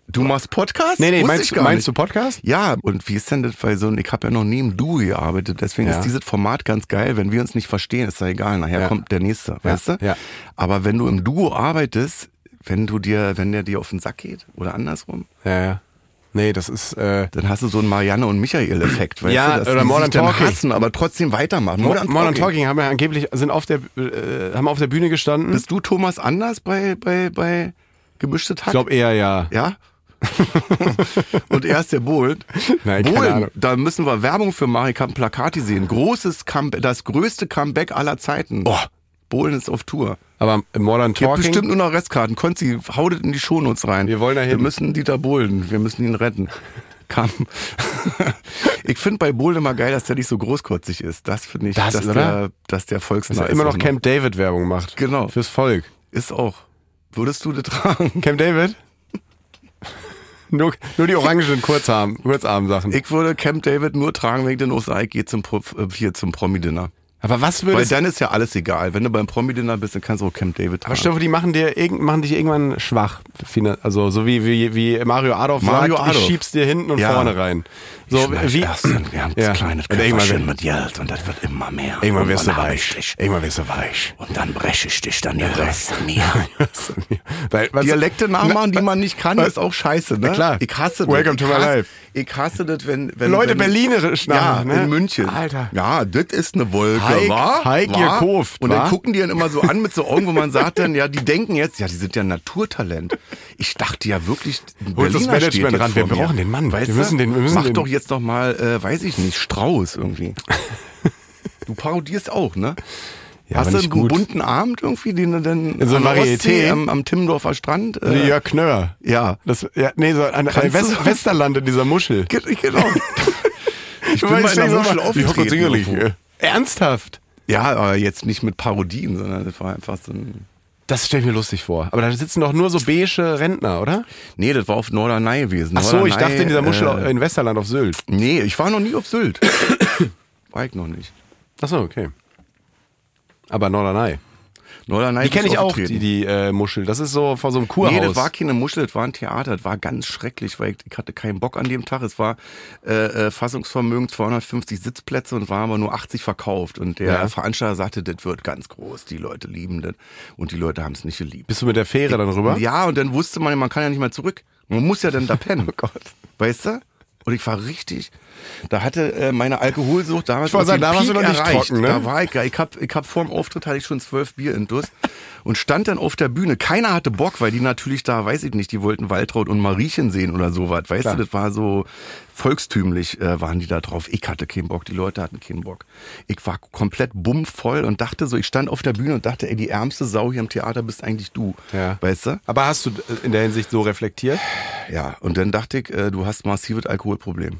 S2: du machst Podcast?
S3: Nee, nee,
S2: Wusste
S3: meinst,
S2: ich gar
S3: meinst du
S2: nicht.
S3: Podcast?
S2: Ja, und wie ist denn das, weil so, ein- ich habe ja noch nie im Duo gearbeitet, deswegen
S3: Ja.
S2: ist dieses Format ganz geil. Wenn wir uns nicht verstehen, ist ja egal, nachher
S3: Ja.
S2: kommt der Nächste, weißt du?
S3: ja.
S2: Aber wenn du im Duo arbeitest, wenn du dir, wenn der dir auf den Sack geht oder andersrum,
S3: Ja, ja. Nee, das ist. Äh,
S2: dann hast du so einen Marianne und Michael-Effekt, weißt
S3: Ja,
S2: du, dass
S3: oder
S2: die
S3: Modern
S2: sich dann
S3: Talking.
S2: hassen, aber trotzdem weitermachen.
S3: Modern, Modern Talking haben ja angeblich sind auf der äh, haben auf der Bühne gestanden.
S2: Bist du Thomas anders bei bei bei gemischtet
S3: ich
S2: Hack?
S3: glaube eher ja.
S2: ja. <laughs> und er ist der Bohlen.
S3: Nein, keine Ahnung.
S2: da müssen wir Werbung für machen. Ich habe ein Plakat gesehen. Großes Comeback, das größte Comeback aller Zeiten. Oh. Bohlen ist auf Tour.
S3: Aber Modern
S2: Gibt
S3: Talking.
S2: bestimmt nur noch Restkarten. Konzi, hautet in die Shownotes rein.
S3: Wir wollen da
S2: Wir
S3: hin.
S2: müssen Dieter Bohlen, wir müssen
S3: <laughs>
S2: ihn retten. Kam. <laughs> ich finde bei Bohlen immer geil, dass der nicht so großkotzig ist. Das finde ich,
S3: Das,
S2: dass,
S3: oder?
S2: der, dass der
S3: dass
S2: Volksnah
S3: er immer
S2: ist
S3: noch
S2: auch
S3: Camp David Werbung macht.
S2: Genau.
S3: Fürs Volk.
S2: Ist auch. Würdest du das <laughs> tragen?
S3: Camp
S2: <laughs>
S3: David? nur, nur die orangenen Kurzarm, Kurzarm-Sachen.
S2: Ich würde Camp David nur tragen, wenn ich dann aufs Eik gehe zum, Pro- äh, hier zum Promi-Dinner.
S3: Aber was
S2: Weil
S3: würdest du.
S2: dann ist ja alles egal. Wenn du beim Promi-Dinner bist, dann kannst du auch Camp David
S3: Aber
S2: tragen.
S3: Stefan, die machen, dir, irgend- machen dich irgendwann schwach. Fina- Also so wie, wie, wie Mario Adolf
S2: Mario
S3: sagt,
S2: Adolf.
S3: ich schieb's dir hinten und
S2: Ja.
S3: vorne rein. So
S2: Schmeiß
S3: wie
S2: das in ganz
S3: Ja.
S2: kleines
S3: Und irgendwann-
S2: Köfferchen mit Geld und das wird immer mehr.
S3: Irgendwann wirst du
S2: Irgendwann hab ich
S3: weich.
S2: dich.
S3: Irgendwann wirst du weich.
S2: Und dann breche ich dich dann die
S3: <laughs>
S2: Rest mir.
S3: <laughs> Weil, was-
S2: Dialekte nachmachen, die man nicht kann,
S3: was-
S2: ist auch scheiße, ne?
S3: Na klar.
S2: Ich hasse das.
S3: Welcome
S2: ich
S3: to my
S2: hasse,
S3: life.
S2: Ich hasse das, wenn, wenn
S3: Leute
S2: wenn,
S3: berlinerisch
S2: Ja,
S3: nachmachen, ne?
S2: in München.
S3: Alter.
S2: Ja, das ist eine Wolke,
S3: Heik-
S2: wa?
S3: Heik,
S2: Wa?
S3: ihr Koft,
S2: Und dann
S3: wa?
S2: gucken die dann immer so an mit so Augen, wo man sagt dann, ja, die denken jetzt, ja, die sind ja Naturtalent. Ich dachte ja wirklich, ein
S3: Holst das
S2: Berliner steht
S3: Management
S2: jetzt
S3: ran, wir
S2: vor mir.
S3: brauchen den Mann.
S2: Weißt
S3: Wir
S2: du?
S3: müssen den- wir müssen
S2: Mach
S3: den-
S2: doch jetzt
S3: <laughs>
S2: noch mal, äh, weiß ich nicht, Strauß irgendwie. Du parodierst auch, ne?
S3: Ja,
S2: Hast
S3: aber
S2: du einen
S3: nicht gut.
S2: bunten Abend irgendwie, den du dann
S3: In so
S2: an der
S3: Varieté?
S2: Ostsee, am, am Timmendorfer Strand? äh,
S3: Jörg Knör.
S2: ja.
S3: Das, ja, nee, so ein, ein
S2: Kannst
S3: West
S2: du-
S3: Westerland in dieser Muschel.
S2: Ge-
S3: <laughs>
S2: Genau.
S3: Ich
S2: bin mal in einer Muschel
S3: die Hocke
S2: aufgetreten
S3: Singerlich.
S2: irgendwo.
S3: Ernsthaft?
S2: ja, aber jetzt nicht mit Parodien, sondern das war einfach so ein.
S3: Das stelle ich mir lustig vor. Aber da sitzen doch nur so beige Rentner, oder?
S2: Nee, das war auf Norderney gewesen.
S3: Ach so, ich
S2: Norderney,
S3: dachte in dieser Muschel
S2: Äh,
S3: in Westerland auf Sylt.
S2: nee, ich war noch nie auf
S3: <coughs>
S2: Sylt. war ich noch nicht.
S3: Ach so, okay. Aber Norderney.
S2: Norderney
S3: Die kenne
S2: bin
S3: ich auch, die,
S2: aufgetreten.
S3: die äh, Muschel. Das ist so vor so einem Kurhaus.
S2: Nee, das war keine Muschel, das war ein Theater. Das war ganz schrecklich, weil ich, ich hatte keinen Bock an dem Tag. Es war äh, äh, Fassungsvermögen 250 Sitzplätze und waren aber nur 80 verkauft. Und der
S3: Ja.
S2: Veranstalter sagte, das wird ganz groß. Die Leute lieben das. Und die Leute haben es nicht geliebt.
S3: Bist du mit der Fähre dann rüber?
S2: Ja, und dann wusste man, man kann ja nicht mehr zurück. Man muss ja dann
S3: <laughs>
S2: da pennen. Oh Gott. Weißt du? Und ich war richtig, da hatte äh, meine Alkoholsucht damals
S3: Ich wollte sagen,
S2: den
S3: da warst du noch nicht
S2: erreicht.
S3: trocken, ne?
S2: Da war ich, ich hab, ich hab vor dem Auftritt hatte ich schon zwölf Bier in Durst und stand dann auf der Bühne. Keiner hatte Bock, weil die natürlich da, weiß ich nicht, die wollten Waltraud und Mariechen sehen oder sowas. Weißt
S3: Klar.
S2: du, das war so volkstümlich äh, waren die da drauf. Ich hatte keinen Bock, die Leute hatten keinen Bock. Ich war komplett bummvoll und dachte so, ich stand auf der Bühne und dachte, ey, die ärmste Sau hier im Theater bist eigentlich du.
S3: Ja.
S2: Weißt du?
S3: Aber hast du äh, in der Hinsicht so reflektiert?
S2: Ja, und dann dachte ich, äh, du hast massives Alkoholproblem.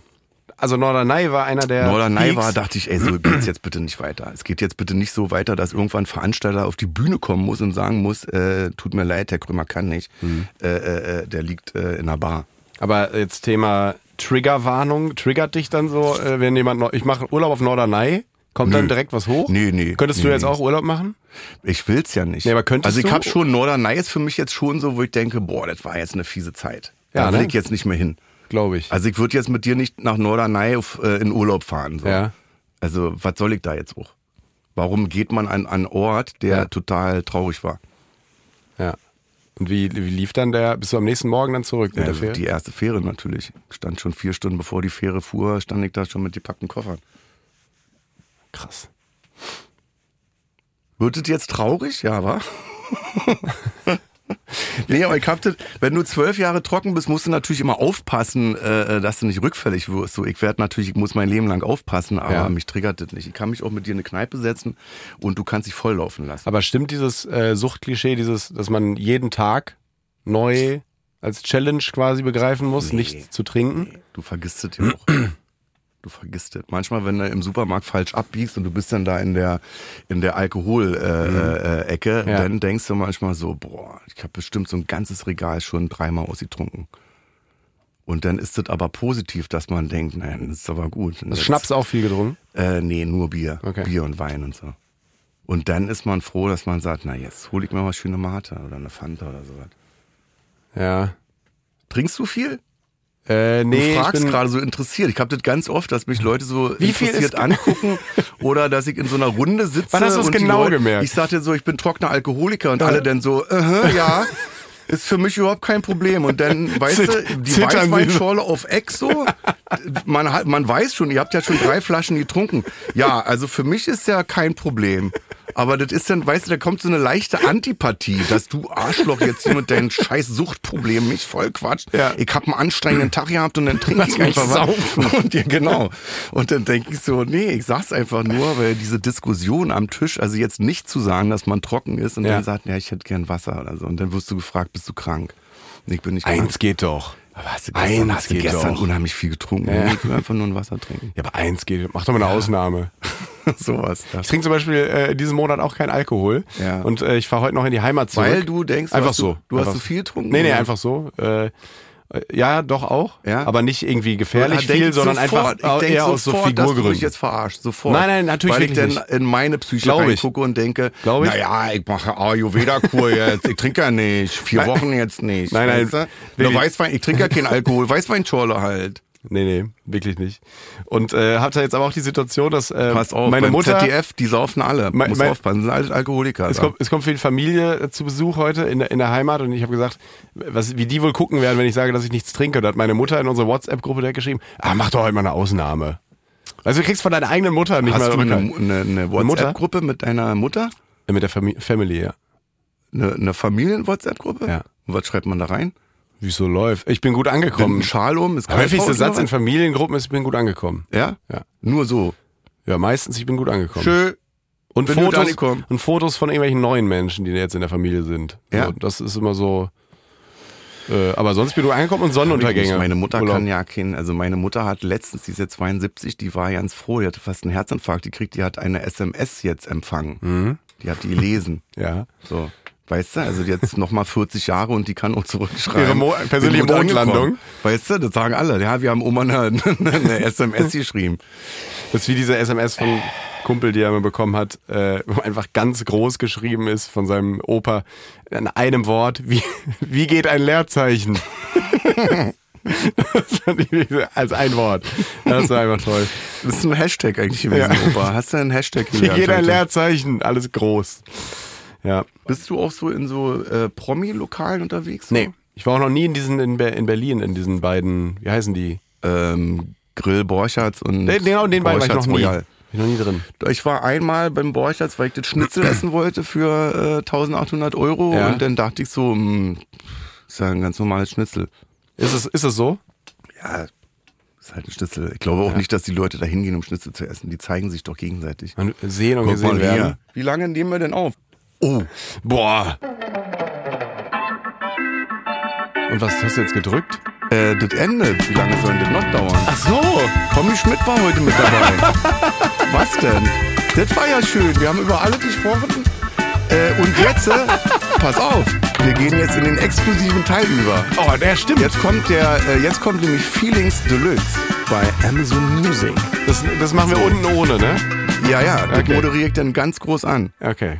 S3: Also Norderney war einer der.
S2: Norderney
S3: Peaks.
S2: war, dachte ich, ey, so geht's jetzt bitte nicht weiter. Es geht jetzt bitte nicht so weiter, dass irgendwann ein Veranstalter auf die Bühne kommen muss und sagen muss, äh, tut mir leid, Herr Krümmer kann nicht.
S3: Mhm.
S2: Äh, äh, äh, der liegt äh, in einer Bar.
S3: Aber jetzt Thema Triggerwarnung. Triggert dich dann so, äh, wenn jemand. Nor- Ich mache Urlaub auf Norderney. Kommt dann direkt was hoch?
S2: Nee, nee,
S3: Könntest du
S2: nee,
S3: jetzt
S2: nee.
S3: auch Urlaub machen?
S2: Ich will's ja nicht.
S3: Nee, aber könntest
S2: also ich
S3: du-
S2: hab schon, Norderney ist für mich jetzt schon so, wo ich denke, boah, das war jetzt eine fiese Zeit.
S3: Ja,
S2: da will
S3: ne?
S2: ich jetzt nicht mehr hin.
S3: Glaube ich.
S2: Also ich würde jetzt mit dir nicht nach Norderney auf, äh, in Urlaub fahren. So.
S3: Ja.
S2: Also was soll ich da jetzt auch? Warum geht man an einen Ort, der
S3: Ja.
S2: total traurig war?
S3: ja. Und wie, wie lief dann der? Bist du am nächsten Morgen dann zurück? mit
S2: Also, Ja,
S3: der Fähre?
S2: die erste Fähre natürlich. Ich Stand schon vier Stunden bevor die Fähre fuhr, stand ich da schon mit gepackten Koffern.
S3: Krass.
S2: Wird das jetzt traurig? Ja, wa? <laughs> nee, aber ich hab das, wenn du zwölf Jahre trocken bist, musst du natürlich immer aufpassen, äh, dass du nicht rückfällig wirst. So, ich werde natürlich, ich muss mein Leben lang aufpassen, aber
S3: Ja.
S2: mich triggert das nicht. Ich kann mich auch mit dir in eine Kneipe setzen und du kannst dich volllaufen lassen.
S3: Aber stimmt dieses äh, Suchtklischee, dieses, dass man jeden Tag neu als Challenge quasi begreifen muss,
S2: Nee.
S3: nichts zu trinken?
S2: Du vergisst es ja auch. Du vergisst es. Manchmal, wenn du im Supermarkt falsch abbiegst und du bist dann da in der, in der Alkohol-Ecke, äh, Ecke,
S3: Mhm. Ja.
S2: dann denkst du manchmal so, boah, ich habe bestimmt so ein ganzes Regal schon dreimal ausgetrunken. Und dann ist es aber positiv, dass man denkt, nein, das ist aber gut. Und
S3: Das
S2: jetzt-
S3: Schnaps auch viel getrunken.
S2: Äh, nee, nur Bier.
S3: Okay.
S2: Bier und Wein und so. Und dann ist man froh, dass man sagt, na jetzt hol ich mir mal schöne Mate oder eine Fanta oder sowas.
S3: Ja.
S2: Trinkst du viel?
S3: Äh,
S2: Du
S3: nee, ich
S2: fragst
S3: bin,
S2: gerade so interessiert. Ich habe das ganz oft, dass mich Leute so
S3: Wie viel
S2: interessiert
S3: ist- <laughs>
S2: angucken oder dass ich in so einer Runde sitze.
S3: Wann hast du das
S2: und die
S3: genau
S2: Leute,
S3: gemerkt?
S2: Ich sagte so, ich bin trockener Alkoholiker und alle dann so, aha, ja, ist für mich überhaupt kein Problem. Und
S3: <laughs>
S2: dann, weißt
S3: Zit-
S2: du, die
S3: zittern sie <laughs>
S2: Weißweinschorle auf Exo, man, hat, man weiß schon, ihr habt ja schon drei Flaschen getrunken. Ja, also für mich ist ja kein Problem. Aber das ist dann, weißt du, da kommt so eine leichte Antipathie, dass du Arschloch jetzt hier mit deinen scheiß Suchtproblemen mich voll quatscht.
S3: Ja.
S2: Ich habe einen anstrengenden Tag gehabt und dann trinke ich einfach was. <laughs> Und ja, genau. Und dann denke ich so, nee, ich sag's einfach nur, weil diese Diskussion am Tisch, also jetzt nicht zu sagen, dass man trocken ist und
S3: Ja.
S2: dann sagt, ja, ich hätte gern Wasser oder so. Und dann wirst du gefragt, bist du krank? Und ich bin nicht krank.
S3: eins geht doch.
S2: Aber hast du
S3: Eins
S2: gestern, hast du
S3: geht
S2: gestern
S3: doch.
S2: unheimlich viel getrunken?
S3: Ja.
S2: Ich will einfach nur ein Wasser trinken.
S3: Ja, aber eins geht. Mach doch mal eine Ausnahme.
S2: <laughs> Sowas. Ja.
S3: Ich trinke zum Beispiel äh, diesen Monat auch keinen Alkohol.
S2: Ja.
S3: Und äh, ich fahre heute noch in die Heimat zurück.
S2: Weil du denkst, du
S3: einfach
S2: hast
S3: so.
S2: du- du hast
S3: einfach
S2: zu viel getrunken,
S3: Nee, nee,
S2: oder?
S3: einfach so. Äh, äh, ja, doch auch.
S2: Ja.
S3: Aber nicht irgendwie gefährlich
S2: Da denk
S3: viel,
S2: ich
S3: sondern
S2: sofort,
S3: einfach
S2: ich denk
S3: eher aus so
S2: sofort, Dass du mich
S3: Figurgründen.
S2: jetzt verarscht, sofort.
S3: Nein, nein, natürlich
S2: Weil ich
S3: wirklich
S2: dann in meine Psyche
S3: Glaub ich.
S2: reingucke und denke,
S3: Glaub ich.
S2: naja, ich mache Ayurveda-Kur
S3: <laughs>
S2: jetzt, ich trinke ja nicht, vier
S3: Nein.
S2: Wochen jetzt nicht.
S3: Nein, nein,
S2: Weißt du? Nur
S3: wirklich.
S2: Weißwein, ich trinke ja keinen Alkohol, Weißweinschorle halt.
S3: Nee, nee, wirklich nicht. Und äh, hab da jetzt aber auch die Situation, dass äh,
S2: Passt auf,
S3: meine
S2: beim
S3: Mutter.
S2: ZDF, die saufen alle,
S3: Mein-
S2: muss
S3: mein-
S2: aufpassen, sind alles Alkoholiker.
S3: Es
S2: da.
S3: kommt, es kommt viel Familie äh, zu Besuch heute in, der- in der Heimat und ich habe gesagt, was, wie die wohl gucken werden, wenn ich sage, dass ich nichts trinke. Da hat meine Mutter in unsere WhatsApp-Gruppe direkt geschrieben, ah, mach doch heute mal eine Ausnahme. Also du kriegst von deiner eigenen Mutter nicht
S2: Hast
S3: mal
S2: du eine,
S3: Rückhalt.
S2: eine, eine WhatsApp-Gruppe mit deiner Mutter?
S3: Äh, Mit der Fami Family, ja.
S2: Eine, eine Familien-WhatsApp-Gruppe?
S3: Ja.
S2: Und was schreibt man da rein?
S3: Wie es so läuft. Ich bin gut
S2: Kommt ein
S3: angekommen.
S2: Schal um? Ist
S3: Der häufigste
S2: kalt
S3: Satz
S2: draußen,
S3: in Familiengruppen ist, ich bin gut angekommen.
S2: oder was? ja?
S3: Ja.
S2: Nur so.
S3: Ja, meistens, ich bin gut angekommen.
S2: Tschö.
S3: Und
S2: Wenn du da
S3: Fotos,
S2: nicht kommst.
S3: und Fotos von irgendwelchen neuen Menschen, die jetzt in der Familie sind.
S2: Ja.
S3: So, das ist immer so. Äh, aber sonst bin du angekommen und Sonnenuntergänge.
S2: Meine Mutter
S3: Urlaub.
S2: kann ja keinen, also meine Mutter hat letztens, die ist jetzt 72, die war ganz froh, die hatte fast einen Herzinfarkt gekriegt, die hat eine SMS jetzt empfangen.
S3: Mhm.
S2: Die hat die gelesen.
S3: Ja.
S2: So. Weißt du, also jetzt nochmal 40 Jahre und die kann auch zurückschreiben.
S3: Ihre Mo-
S2: Bin
S3: persönliche
S2: gut angekommen.
S3: Mondlandung.
S2: Weißt du, das sagen alle. Ja, wir haben Oma eine, <laughs> eine SMS geschrieben.
S3: Das ist wie diese SMS von Kumpel, die er immer bekommen hat, äh, wo einfach ganz groß geschrieben ist von seinem Opa in einem Wort, wie, <laughs> wie geht ein Leerzeichen? Das fand ich Als ein Wort. Das war einfach toll.
S2: Das ist ein Hashtag eigentlich gewesen,
S3: Ja.
S2: Opa. Hast du einen Hashtag
S3: Wie geht ein
S2: heute?
S3: Leerzeichen? Alles groß. Ja.
S2: Bist du auch so in so äh, Promi-Lokalen unterwegs? so?
S3: Nee. Ich war auch noch nie in diesen in, Ber in Berlin in diesen beiden, wie heißen die?
S2: Ähm, Grill Borchards und
S3: Den, genau in den beiden war ich noch
S2: Borchards
S3: nie.
S2: Royal.
S3: Bin ich noch nie drin.
S2: Ich war einmal beim Borchards, weil ich das Schnitzel essen wollte für äh, 1800 Euro
S3: Ja.
S2: und dann dachte ich so, hm, ist ja ein ganz normales Schnitzel.
S3: Ist es, ist es so?
S2: Ja, ist halt ein Schnitzel. Ich glaube auch nicht, dass die Leute da hingehen, um Schnitzel zu essen. Die zeigen sich doch gegenseitig.
S3: Man sehen und
S2: Guck
S3: gesehen
S2: mal
S3: werden.
S2: hier. Wie lange nehmen wir denn auf?
S3: Oh, boah. Und was hast du jetzt gedrückt?
S2: Äh, das endet. Wie lange soll denn das noch dauern?
S3: Ach so.
S2: Tommy Schmidt war heute mit dabei.
S3: <laughs>
S2: Was denn? Das war ja schön. Wir haben über alles gesprochen. Äh, und jetzt, äh, pass auf, wir gehen jetzt in den exklusiven Teil über.
S3: Oh, der stimmt.
S2: Jetzt kommt der, äh, jetzt kommt nämlich Feelings Deluxe bei Amazon Music.
S3: Das, das machen wir unten ohne, ne?
S2: Ja, ja, das
S3: Okay.
S2: moderiere ich dann ganz groß an.
S3: Okay,